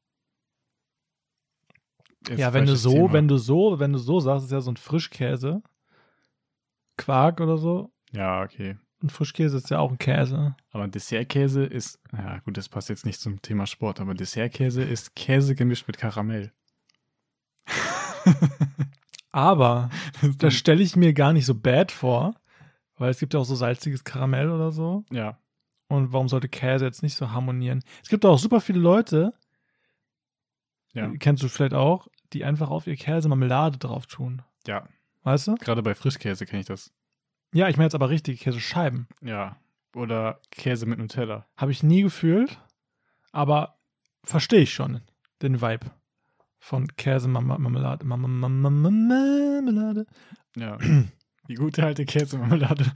[SPEAKER 1] Jetzt
[SPEAKER 2] ja, wenn du
[SPEAKER 1] falsches
[SPEAKER 2] so,
[SPEAKER 1] Thema.
[SPEAKER 2] wenn du so, wenn du so sagst, ist ja so ein Frischkäse. Quark oder so.
[SPEAKER 1] Ja, okay.
[SPEAKER 2] Ein Frischkäse ist ja auch ein Käse.
[SPEAKER 1] Aber Dessertkäse ist, ja gut, das passt jetzt nicht zum Thema Sport, aber Dessertkäse ist Käse gemischt mit Karamell.
[SPEAKER 2] Aber das
[SPEAKER 1] Das
[SPEAKER 2] stelle ich mir gar nicht so bad vor, weil es gibt ja auch so salziges Karamell oder so.
[SPEAKER 1] ja,
[SPEAKER 2] Und warum sollte Käse jetzt nicht so harmonieren? Es gibt auch super viele Leute,
[SPEAKER 1] ja,
[SPEAKER 2] kennst du vielleicht auch, die einfach auf ihr Käse Marmelade drauf tun.
[SPEAKER 1] ja.
[SPEAKER 2] Weißt du?
[SPEAKER 1] Gerade bei Frischkäse kenne ich das.
[SPEAKER 2] Ja, ich meine jetzt aber richtige Käsescheiben.
[SPEAKER 1] Ja. Oder Käse mit Nutella.
[SPEAKER 2] Habe ich nie gefühlt, aber verstehe ich schon den Vibe von Käse Marma- Marmelade. Marma- Marma- Marmelade.
[SPEAKER 1] Ja. Die gute alte Käsemarmelade.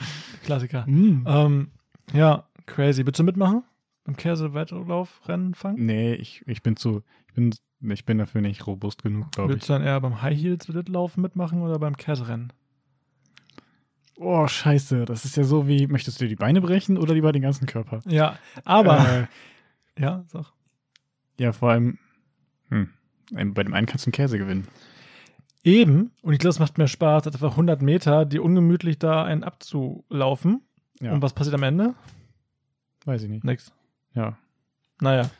[SPEAKER 2] Klassiker.
[SPEAKER 1] Mm.
[SPEAKER 2] Ähm, ja, crazy. Willst du mitmachen? Beim Käse-Wettlauf, Rennen, Fangen?
[SPEAKER 1] Nee, ich, ich bin zu, ich bin, ich bin dafür nicht robust genug, glaube ich.
[SPEAKER 2] Willst du dann eher beim High Heels Wettlaufen mitmachen oder beim Käserennen?
[SPEAKER 1] Oh, scheiße. Das ist ja so wie, möchtest du dir die Beine brechen oder lieber den ganzen Körper?
[SPEAKER 2] Ja, aber.
[SPEAKER 1] Äh,
[SPEAKER 2] ja, sag.
[SPEAKER 1] ja, vor allem, hm, bei dem einen kannst du einen Käse gewinnen.
[SPEAKER 2] Eben, und ich glaube, es macht mehr Spaß, als einfach 100 Meter, die ungemütlich da einen abzulaufen.
[SPEAKER 1] Ja,
[SPEAKER 2] Und was passiert am Ende?
[SPEAKER 1] weiß ich nicht.
[SPEAKER 2] Nix.
[SPEAKER 1] Ja.
[SPEAKER 2] Naja.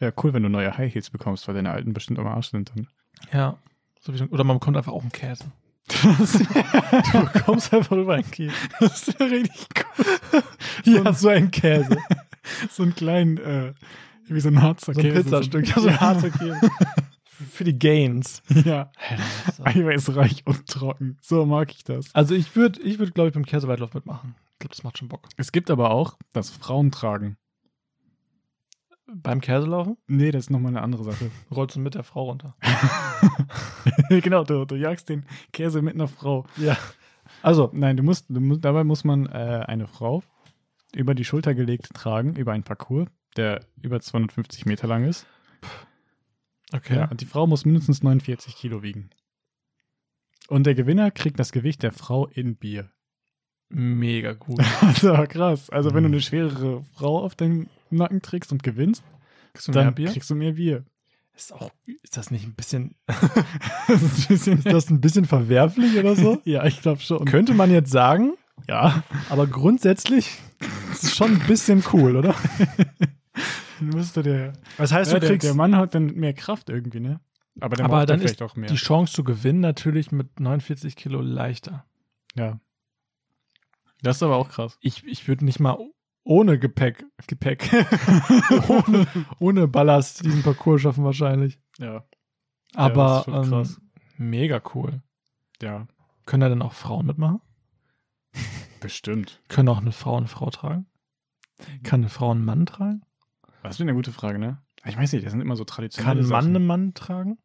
[SPEAKER 1] Ja, cool, wenn du neue High Heels bekommst, weil deine alten bestimmt am Arsch sind dann.
[SPEAKER 2] Ja. So wie so, oder man bekommt einfach auch einen Käse. du bekommst einfach über einen Käse.
[SPEAKER 1] Das ist ja richtig cool.
[SPEAKER 2] Hier hast du einen Käse.
[SPEAKER 1] So einen kleinen, äh, wie so ein harzer
[SPEAKER 2] So ein
[SPEAKER 1] Käse.
[SPEAKER 2] Pizzastück.
[SPEAKER 1] So
[SPEAKER 2] So
[SPEAKER 1] ein
[SPEAKER 2] ein
[SPEAKER 1] ja,
[SPEAKER 2] harzer Käse. Für die Gains.
[SPEAKER 1] ja. Eiweißreich und trocken. So mag ich das.
[SPEAKER 2] Also ich würde, ich würd, glaube ich, beim Käseweitlauf mitmachen. Ich glaube, das macht schon Bock.
[SPEAKER 1] Es gibt aber auch, dass Frauen tragen.
[SPEAKER 2] Beim Käselaufen
[SPEAKER 1] Nee, das ist nochmal eine andere Sache.
[SPEAKER 2] rollst du mit der Frau runter.
[SPEAKER 1] genau, du, du jagst den Käse mit einer Frau.
[SPEAKER 2] Ja. Also,
[SPEAKER 1] Nein, du musst, du musst dabei muss man äh, eine Frau über die Schulter gelegt tragen, über einen Parcours, der über 250 Meter lang ist.
[SPEAKER 2] okay.
[SPEAKER 1] Ja, und die Frau muss mindestens 49 Kilo wiegen. Und der Gewinner kriegt das Gewicht der Frau in Bier.
[SPEAKER 2] Mega gut.
[SPEAKER 1] Das ist aber krass. Also,
[SPEAKER 2] Mhm.
[SPEAKER 1] wenn du eine schwerere Frau auf deinem Nacken trägst und gewinnst,
[SPEAKER 2] Kriegst du
[SPEAKER 1] dann
[SPEAKER 2] mehr Bier?
[SPEAKER 1] kriegst du mehr Bier.
[SPEAKER 2] Ist, auch, ist das nicht ein bisschen,
[SPEAKER 1] Das ist ein bisschen.
[SPEAKER 2] ist das ein bisschen verwerflich oder so?
[SPEAKER 1] ja, ich glaube schon.
[SPEAKER 2] Könnte man jetzt sagen,
[SPEAKER 1] ja.
[SPEAKER 2] aber grundsätzlich Das ist schon ein bisschen cool, oder?
[SPEAKER 1] Dann musste der,
[SPEAKER 2] Das heißt,
[SPEAKER 1] ja,
[SPEAKER 2] Also, du
[SPEAKER 1] der,
[SPEAKER 2] kriegst
[SPEAKER 1] der Mann hat dann mehr Kraft irgendwie, ne? Aber der
[SPEAKER 2] Aber
[SPEAKER 1] braucht
[SPEAKER 2] dann
[SPEAKER 1] vielleicht auch mehr.
[SPEAKER 2] die Chance zu gewinnen natürlich mit 49 Kilo leichter.
[SPEAKER 1] Ja. Das ist aber auch krass.
[SPEAKER 2] Ich, ich würde nicht mal ohne Gepäck, Gepäck, ohne, ohne Ballast diesen Parcours schaffen wahrscheinlich.
[SPEAKER 1] Ja.
[SPEAKER 2] Aber
[SPEAKER 1] das ist schon krass.
[SPEAKER 2] Ähm, mega cool.
[SPEAKER 1] Ja,
[SPEAKER 2] Können da denn auch Frauen mitmachen?
[SPEAKER 1] bestimmt.
[SPEAKER 2] Können auch eine Frau eine Frau tragen? Kann eine Frau einen Mann tragen?
[SPEAKER 1] Das wäre eine gute Frage, ne? Ich weiß nicht, das sind immer so traditionelle
[SPEAKER 2] Kann ein Mann
[SPEAKER 1] Sachen.
[SPEAKER 2] einen Mann tragen?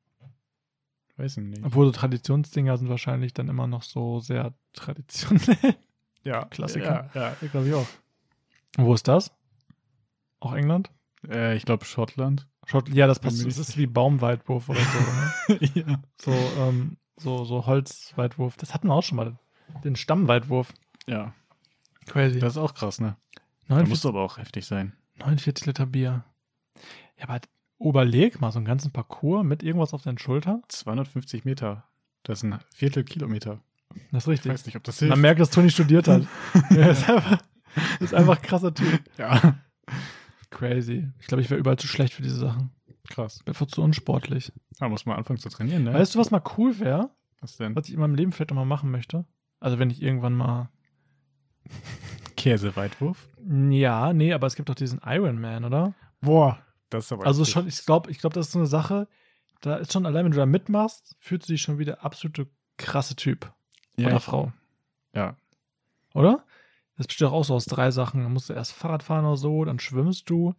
[SPEAKER 1] Weiß ich nicht.
[SPEAKER 2] Obwohl so Traditionsdinger sind wahrscheinlich dann immer noch so sehr traditionell.
[SPEAKER 1] Ja,
[SPEAKER 2] Klassiker.
[SPEAKER 1] Ja, ja glaube ich auch.
[SPEAKER 2] Wo ist das? Auch England?
[SPEAKER 1] Äh, ich glaube Schottland.
[SPEAKER 2] Schott ja, das
[SPEAKER 1] Bin
[SPEAKER 2] passt.
[SPEAKER 1] mir
[SPEAKER 2] Das
[SPEAKER 1] nicht
[SPEAKER 2] ist wie Baumweitwurf oder so. Ne?
[SPEAKER 1] ja.
[SPEAKER 2] So, ähm, so, so Holzweitwurf. Das hatten wir auch schon mal. Den Stammweitwurf.
[SPEAKER 1] Ja,
[SPEAKER 2] Crazy.
[SPEAKER 1] das ist auch krass, ne? Da
[SPEAKER 2] 49,
[SPEAKER 1] musst du aber auch heftig sein.
[SPEAKER 2] 49 Liter Bier. Ja, aber überleg mal so einen ganzen Parcours mit irgendwas auf deinen Schultern.
[SPEAKER 1] 250 Meter. Das ist ein Viertelkilometer.
[SPEAKER 2] Das ist
[SPEAKER 1] Ich
[SPEAKER 2] richtig.
[SPEAKER 1] weiß nicht, ob das hilft.
[SPEAKER 2] Man merkt, dass Toni studiert hat. Er ist einfach, ist einfach ein krasser Typ.
[SPEAKER 1] Ja,
[SPEAKER 2] Crazy. Ich glaube, ich wäre überall zu schlecht für diese Sachen.
[SPEAKER 1] krass.
[SPEAKER 2] Ich wäre zu unsportlich.
[SPEAKER 1] Da muss man anfangen zu trainieren, ne?
[SPEAKER 2] Weißt du, was mal cool wäre?
[SPEAKER 1] Was denn?
[SPEAKER 2] Was ich in meinem Leben vielleicht nochmal machen möchte? Also, wenn ich irgendwann mal
[SPEAKER 1] Käseweitwurf.
[SPEAKER 2] Ja, nee, aber es gibt doch diesen Iron Man, oder?
[SPEAKER 1] Boah, das ist aber
[SPEAKER 2] Also
[SPEAKER 1] heftig.
[SPEAKER 2] schon, ich glaube, ich glaube, das ist so eine Sache, da ist schon allein, wenn du da mitmachst, fühlst du dich schon wieder absolute krasse Typ
[SPEAKER 1] ja,
[SPEAKER 2] oder
[SPEAKER 1] ich,
[SPEAKER 2] Frau.
[SPEAKER 1] ja.
[SPEAKER 2] Oder? Das besteht auch, auch so aus drei Sachen. Dann musst du erst Fahrrad fahren oder so, dann schwimmst du,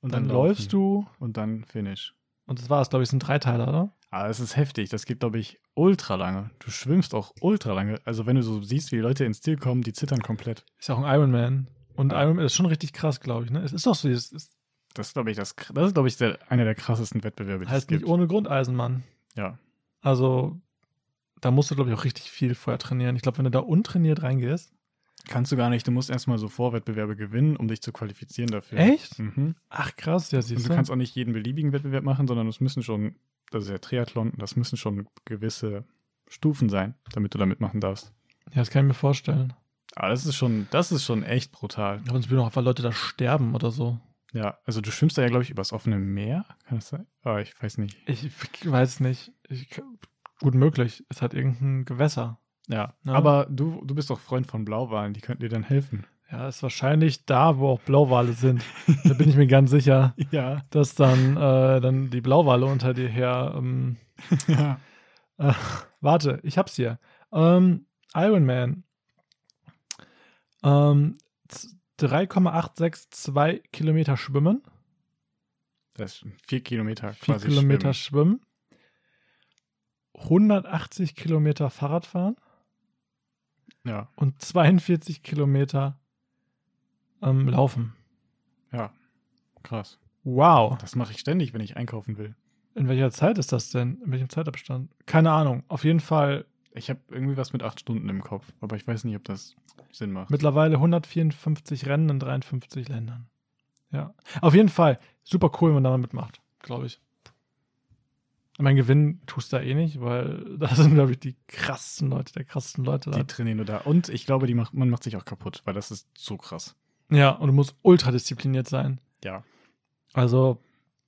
[SPEAKER 1] Und
[SPEAKER 2] dann,
[SPEAKER 1] dann
[SPEAKER 2] läufst du.
[SPEAKER 1] Und dann Finish.
[SPEAKER 2] Und das war es, glaube ich, sind Dreiteiler, oder?
[SPEAKER 1] Aber es ist heftig. Das geht, glaube ich, ultra lange. Du schwimmst auch ultra lange. Also, wenn du so siehst, wie die Leute ins Ziel kommen, die zittern komplett.
[SPEAKER 2] Ist ja auch ein Iron Man. Und
[SPEAKER 1] Ja.
[SPEAKER 2] Iron Man ist schon richtig krass, glaube ich. Ne? Es ist doch so, es ist,
[SPEAKER 1] Das ist, glaube ich, das, kr- das ist, glaube ich, der, einer der krassesten Wettbewerbe, die es
[SPEAKER 2] heißt nicht
[SPEAKER 1] gibt.
[SPEAKER 2] ohne Grund Eisenmann.
[SPEAKER 1] Ja.
[SPEAKER 2] Also, da musst du, glaube ich, auch richtig viel vorher trainieren. Ich glaube, wenn du da untrainiert reingehst.
[SPEAKER 1] Kannst du gar nicht. Du musst erstmal so Vorwettbewerbe gewinnen, um dich zu qualifizieren dafür.
[SPEAKER 2] Echt?
[SPEAKER 1] Mhm.
[SPEAKER 2] Ach krass, ja,
[SPEAKER 1] Und
[SPEAKER 2] siehst
[SPEAKER 1] du
[SPEAKER 2] du.
[SPEAKER 1] kannst auch nicht jeden beliebigen Wettbewerb machen, sondern es müssen schon, das ist ja Triathlon, das müssen schon gewisse Stufen sein, damit du da mitmachen darfst.
[SPEAKER 2] ja, das kann ich mir vorstellen.
[SPEAKER 1] Aber das ist schon, das ist schon echt brutal.
[SPEAKER 2] Aber sonst würden auch einfach Leute da sterben oder so.
[SPEAKER 1] Ja, also du schwimmst da ja, glaube ich, übers offene Meer. Kann das sein? Ah, ich weiß nicht.
[SPEAKER 2] Ich weiß nicht. Ich, gut möglich. Es hat irgendein Gewässer.
[SPEAKER 1] Ja.
[SPEAKER 2] Ja.
[SPEAKER 1] Aber du, du bist doch Freund von Blauwahlen, die könnten dir dann helfen.
[SPEAKER 2] Ja, ist wahrscheinlich da, wo auch Blauwale sind. da bin ich mir ganz sicher,
[SPEAKER 1] Ja.
[SPEAKER 2] dass dann, äh, dann die Blauwale unter dir her. Ähm,
[SPEAKER 1] ja.
[SPEAKER 2] äh, warte, ich hab's hier. Ähm, Iron Man. Ähm, z- 3,862 Kilometer schwimmen.
[SPEAKER 1] Das ist vier Kilometer
[SPEAKER 2] vier
[SPEAKER 1] quasi.
[SPEAKER 2] Kilometer schwimmen. 180 Kilometer Fahrrad fahren
[SPEAKER 1] schwimmen. Ja.
[SPEAKER 2] und 42 Kilometer ähm, laufen.
[SPEAKER 1] Ja. Krass.
[SPEAKER 2] Wow.
[SPEAKER 1] Das mache ich ständig, wenn ich einkaufen will.
[SPEAKER 2] In welcher Zeit ist das denn? In welchem Zeitabstand? Keine Ahnung. Auf jeden Fall
[SPEAKER 1] Ich habe irgendwie was mit acht Stunden im Kopf, aber ich weiß nicht, ob das Sinn macht.
[SPEAKER 2] mittlerweile 154 Rennen in 53 Ländern. Ja. Auf jeden Fall super cool, wenn man da mal mitmacht, glaube ich. Mein Gewinn tust du da eh nicht, weil da sind, glaube ich, die krassesten Leute, der krassesten Leute da.
[SPEAKER 1] Die trainieren nur da. Und ich glaube, die macht, man macht sich auch kaputt, weil das ist so krass.
[SPEAKER 2] Ja, und du musst ultra diszipliniert sein.
[SPEAKER 1] Ja.
[SPEAKER 2] Also,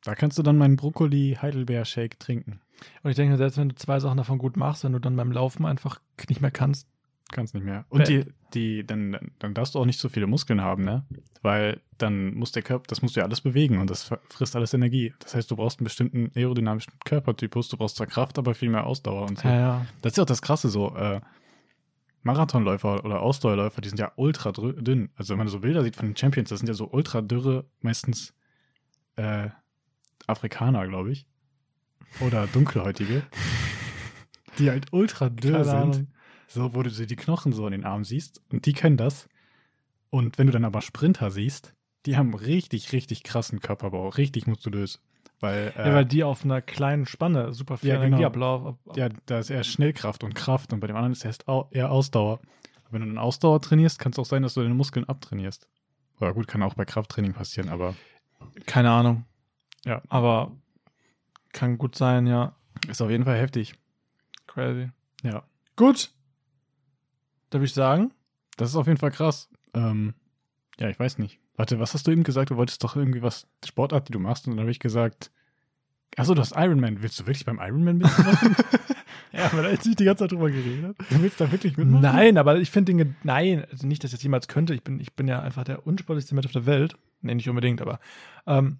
[SPEAKER 1] Da kannst du dann meinen Brokkoli-Heidelbeer-Shake trinken.
[SPEAKER 2] Und ich denke, selbst wenn du zwei Sachen davon gut machst, wenn du dann beim Laufen einfach nicht mehr kannst,
[SPEAKER 1] Kannst nicht mehr. Und die, die, dann, dann darfst du auch nicht so viele Muskeln haben, ne? Weil dann muss der Körper, das musst du ja alles bewegen und das ver- frisst alles Energie. Das heißt, du brauchst einen bestimmten aerodynamischen Körpertypus, du brauchst zwar Kraft, aber viel mehr Ausdauer und so.
[SPEAKER 2] ja.
[SPEAKER 1] Das ist ja auch das Krasse so. Äh, Marathonläufer oder Ausdauerläufer, die sind ja ultra drü- dünn. Also wenn man so Bilder sieht von den Champions, das sind ja so ultra dürre, meistens äh, Afrikaner, glaube ich. Oder Dunkelhäutige. die halt ultra dürr
[SPEAKER 2] Keine
[SPEAKER 1] sind.
[SPEAKER 2] Ahnung.
[SPEAKER 1] So, wo du so die Knochen so in den Armen siehst. Und die können das. Und wenn du dann aber Sprinter siehst, die haben richtig, richtig krassen Körperbau. Richtig muskulös. Weil, äh,
[SPEAKER 2] ja, weil die auf einer kleinen Spanne super viel
[SPEAKER 1] Ja, genau.
[SPEAKER 2] Energieablauf. ab-
[SPEAKER 1] ja, da ist eher Schnellkraft und Kraft und bei dem anderen ist erst au- eher Ausdauer. Aber wenn du dann Ausdauer trainierst, kann es auch sein, dass du deine Muskeln abtrainierst. Oder gut, kann auch bei Krafttraining passieren, aber
[SPEAKER 2] Keine Ahnung.
[SPEAKER 1] Ja.
[SPEAKER 2] Aber kann gut sein, ja.
[SPEAKER 1] ist auf jeden Fall heftig.
[SPEAKER 2] Crazy.
[SPEAKER 1] Ja.
[SPEAKER 2] Gut. Darf ich sagen?
[SPEAKER 1] Das ist auf jeden Fall krass. Ähm, Ja, ich weiß nicht. Warte, was hast du eben gesagt? Du wolltest doch irgendwie was, Sportart, die du machst. Und dann habe ich gesagt, achso, du hast Ironman. Willst du wirklich beim Ironman mitmachen?
[SPEAKER 2] Ja, weil da jetzt nicht die ganze Zeit drüber geredet.
[SPEAKER 1] du willst da wirklich mitmachen?
[SPEAKER 2] Nein, aber ich finde den, Ge- nein, also nicht, dass ich das jemals könnte. Ich bin, ich bin ja einfach der unsportlichste Mensch auf der Welt. Nee, nicht unbedingt, aber ähm,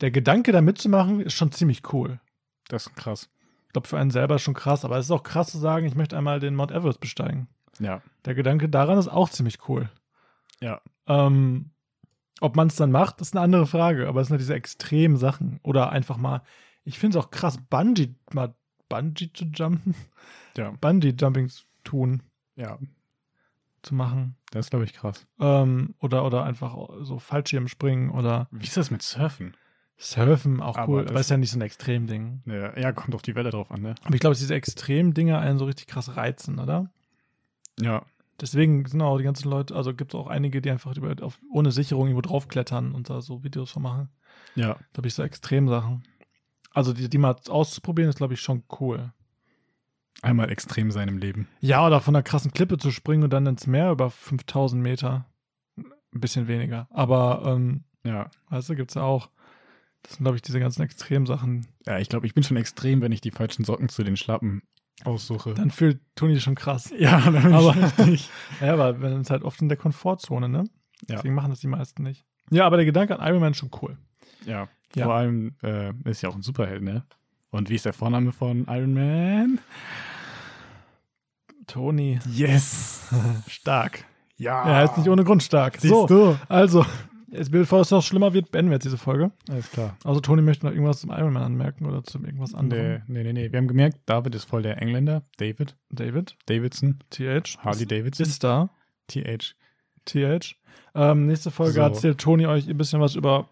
[SPEAKER 2] der Gedanke, da mitzumachen, ist schon ziemlich cool.
[SPEAKER 1] Das ist krass.
[SPEAKER 2] Ich glaube, für einen selber ist schon krass, aber es ist auch krass zu sagen, ich möchte einmal den Mount Everest besteigen.
[SPEAKER 1] Ja.
[SPEAKER 2] Der Gedanke daran ist auch ziemlich cool.
[SPEAKER 1] Ja.
[SPEAKER 2] Ähm, ob man es dann macht, ist eine andere Frage, aber es sind ja diese extremen Sachen. Oder einfach mal, ich finde es auch krass, Bungee, mal Bungee zu jumpen,
[SPEAKER 1] Ja.
[SPEAKER 2] Bungee-Jumping zu tun,
[SPEAKER 1] Ja.
[SPEAKER 2] zu machen.
[SPEAKER 1] Das ist, glaube ich, krass.
[SPEAKER 2] Ähm, oder, oder einfach so Fallschirmspringen oder
[SPEAKER 1] Wie ist das mit Surfen?
[SPEAKER 2] Surfen, auch
[SPEAKER 1] Aber
[SPEAKER 2] cool.
[SPEAKER 1] das-
[SPEAKER 2] Aber ist ja nicht so ein Extremding.
[SPEAKER 1] Ja, ja, kommt auf die Welle drauf an, ne?
[SPEAKER 2] Aber ich glaube, dass diese extremen Dinge einen so richtig krass reizen, oder?
[SPEAKER 1] Ja.
[SPEAKER 2] Deswegen sind auch die ganzen Leute, also gibt es auch einige, die einfach über, auf, ohne Sicherung irgendwo draufklettern und da so Videos von machen.
[SPEAKER 1] Ja.
[SPEAKER 2] Glaube ich, so Extremsachen. Also die, die mal auszuprobieren, ist, glaube ich, schon cool.
[SPEAKER 1] Einmal extrem sein im Leben.
[SPEAKER 2] Ja, oder von einer krassen Klippe zu springen und dann ins Meer über 5000 Meter. Ein bisschen weniger. Aber, ähm,
[SPEAKER 1] Ja.
[SPEAKER 2] weißt du, gibt es ja auch. Das sind, glaube ich, diese ganzen Extremsachen.
[SPEAKER 1] Ja, ich glaube, ich bin schon extrem, wenn ich die falschen Socken zu den Schlappen aussuche.
[SPEAKER 2] Dann fühlt Toni schon krass.
[SPEAKER 1] ja, dann bin
[SPEAKER 2] Aber-
[SPEAKER 1] richtig.
[SPEAKER 2] Ja, aber wenn es halt oft in der Komfortzone, ne?
[SPEAKER 1] Ja.
[SPEAKER 2] Deswegen machen das die meisten nicht. Ja, aber der Gedanke an Iron Man ist schon cool.
[SPEAKER 1] Ja.
[SPEAKER 2] Ja.
[SPEAKER 1] Vor allem äh, ist ja auch ein Superheld, ne? Und wie ist der Vorname von Iron Man?
[SPEAKER 2] Toni.
[SPEAKER 1] Yes!
[SPEAKER 2] Stark.
[SPEAKER 1] Ja!
[SPEAKER 2] Ja, ist nicht ohne Grund stark.
[SPEAKER 1] Siehst
[SPEAKER 2] so,
[SPEAKER 1] du?
[SPEAKER 2] also, jetzt, bevor es noch schlimmer wird, beenden wir jetzt diese Folge.
[SPEAKER 1] Alles klar.
[SPEAKER 2] Also, Toni möchte noch irgendwas zum Iron Man anmerken oder zu irgendwas anderem.
[SPEAKER 1] Nee, nee, nee, nee. Wir haben gemerkt, David ist voll der Engländer. David.
[SPEAKER 2] David,
[SPEAKER 1] Davidson.
[SPEAKER 2] TH.
[SPEAKER 1] Harley Davidson.
[SPEAKER 2] Ist da.
[SPEAKER 1] TH.
[SPEAKER 2] TH. Ähm, nächste Folge
[SPEAKER 1] So.
[SPEAKER 2] erzählt Toni euch ein bisschen was über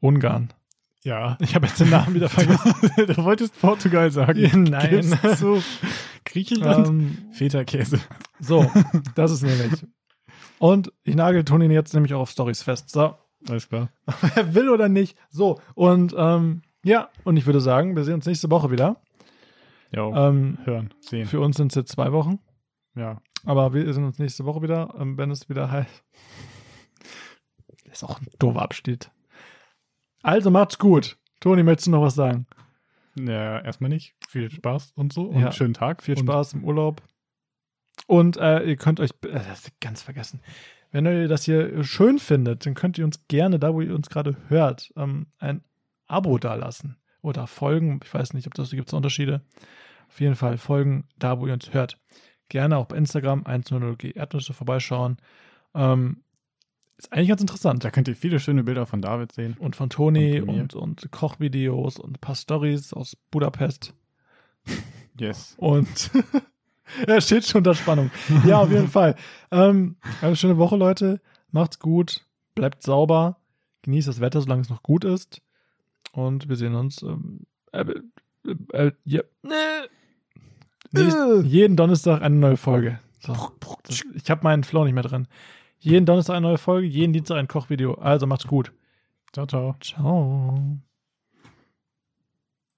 [SPEAKER 2] Ungarn.
[SPEAKER 1] Ja.
[SPEAKER 2] Ich habe jetzt den Namen wieder vergessen.
[SPEAKER 1] du wolltest Portugal sagen.
[SPEAKER 2] Nein.
[SPEAKER 1] Gibst du Griechenland.
[SPEAKER 2] ähm,
[SPEAKER 1] Feta-Käse.
[SPEAKER 2] so, das ist nämlich. Und ich nagel Toni jetzt nämlich auch auf Stories fest. So,
[SPEAKER 1] Alles klar.
[SPEAKER 2] wer will oder nicht. So, und ähm, ja, und ich würde sagen, wir sehen uns nächste Woche wieder.
[SPEAKER 1] Ja.
[SPEAKER 2] Ähm,
[SPEAKER 1] Äh, Hören, sehen.
[SPEAKER 2] für uns sind es jetzt zwei Wochen,
[SPEAKER 1] Ja.
[SPEAKER 2] aber wir sehen uns nächste Woche wieder, ähm, wenn es wieder heißt. Ist auch ein doofer Abschied. Also macht's gut. Toni, möchtest du noch was sagen?
[SPEAKER 1] ja. Erstmal nicht. Viel Spaß und so. Und
[SPEAKER 2] Ja.
[SPEAKER 1] schönen Tag.
[SPEAKER 2] Viel
[SPEAKER 1] und
[SPEAKER 2] Spaß im Urlaub. Und äh, ihr könnt euch, äh, das hab ich ganz vergessen, wenn ihr das hier schön findet, dann könnt ihr uns gerne, da wo ihr uns gerade hört, ähm, ein Abo dalassen oder folgen. Ich weiß nicht, ob das gibt es Unterschiede. Auf jeden Fall folgen, da wo ihr uns hört. Gerne auch bei Instagram 100G Erdnüsse vorbeischauen. Ähm, ist eigentlich ganz interessant.
[SPEAKER 1] Da könnt ihr viele schöne Bilder von David sehen.
[SPEAKER 2] Und von Toni
[SPEAKER 1] Und von mir.
[SPEAKER 2] und, und Kochvideos und ein paar Stories aus Budapest.
[SPEAKER 1] Yes.
[SPEAKER 2] Und er steht schon unter Spannung. Ja, auf jeden Fall. Ähm, eine schöne Woche, Leute. Macht's gut. Bleibt sauber. Genießt das Wetter, solange es noch gut ist. Und wir sehen uns. Ähm, äh, äh, äh, ja. Nächst, jeden Donnerstag eine neue Folge. So. Das, ich habe meinen Flow nicht mehr drin. Jeden Donnerstag eine neue Folge, jeden Dienstag ein Kochvideo. Also macht's gut.
[SPEAKER 1] Ciao, ciao.
[SPEAKER 2] Ciao.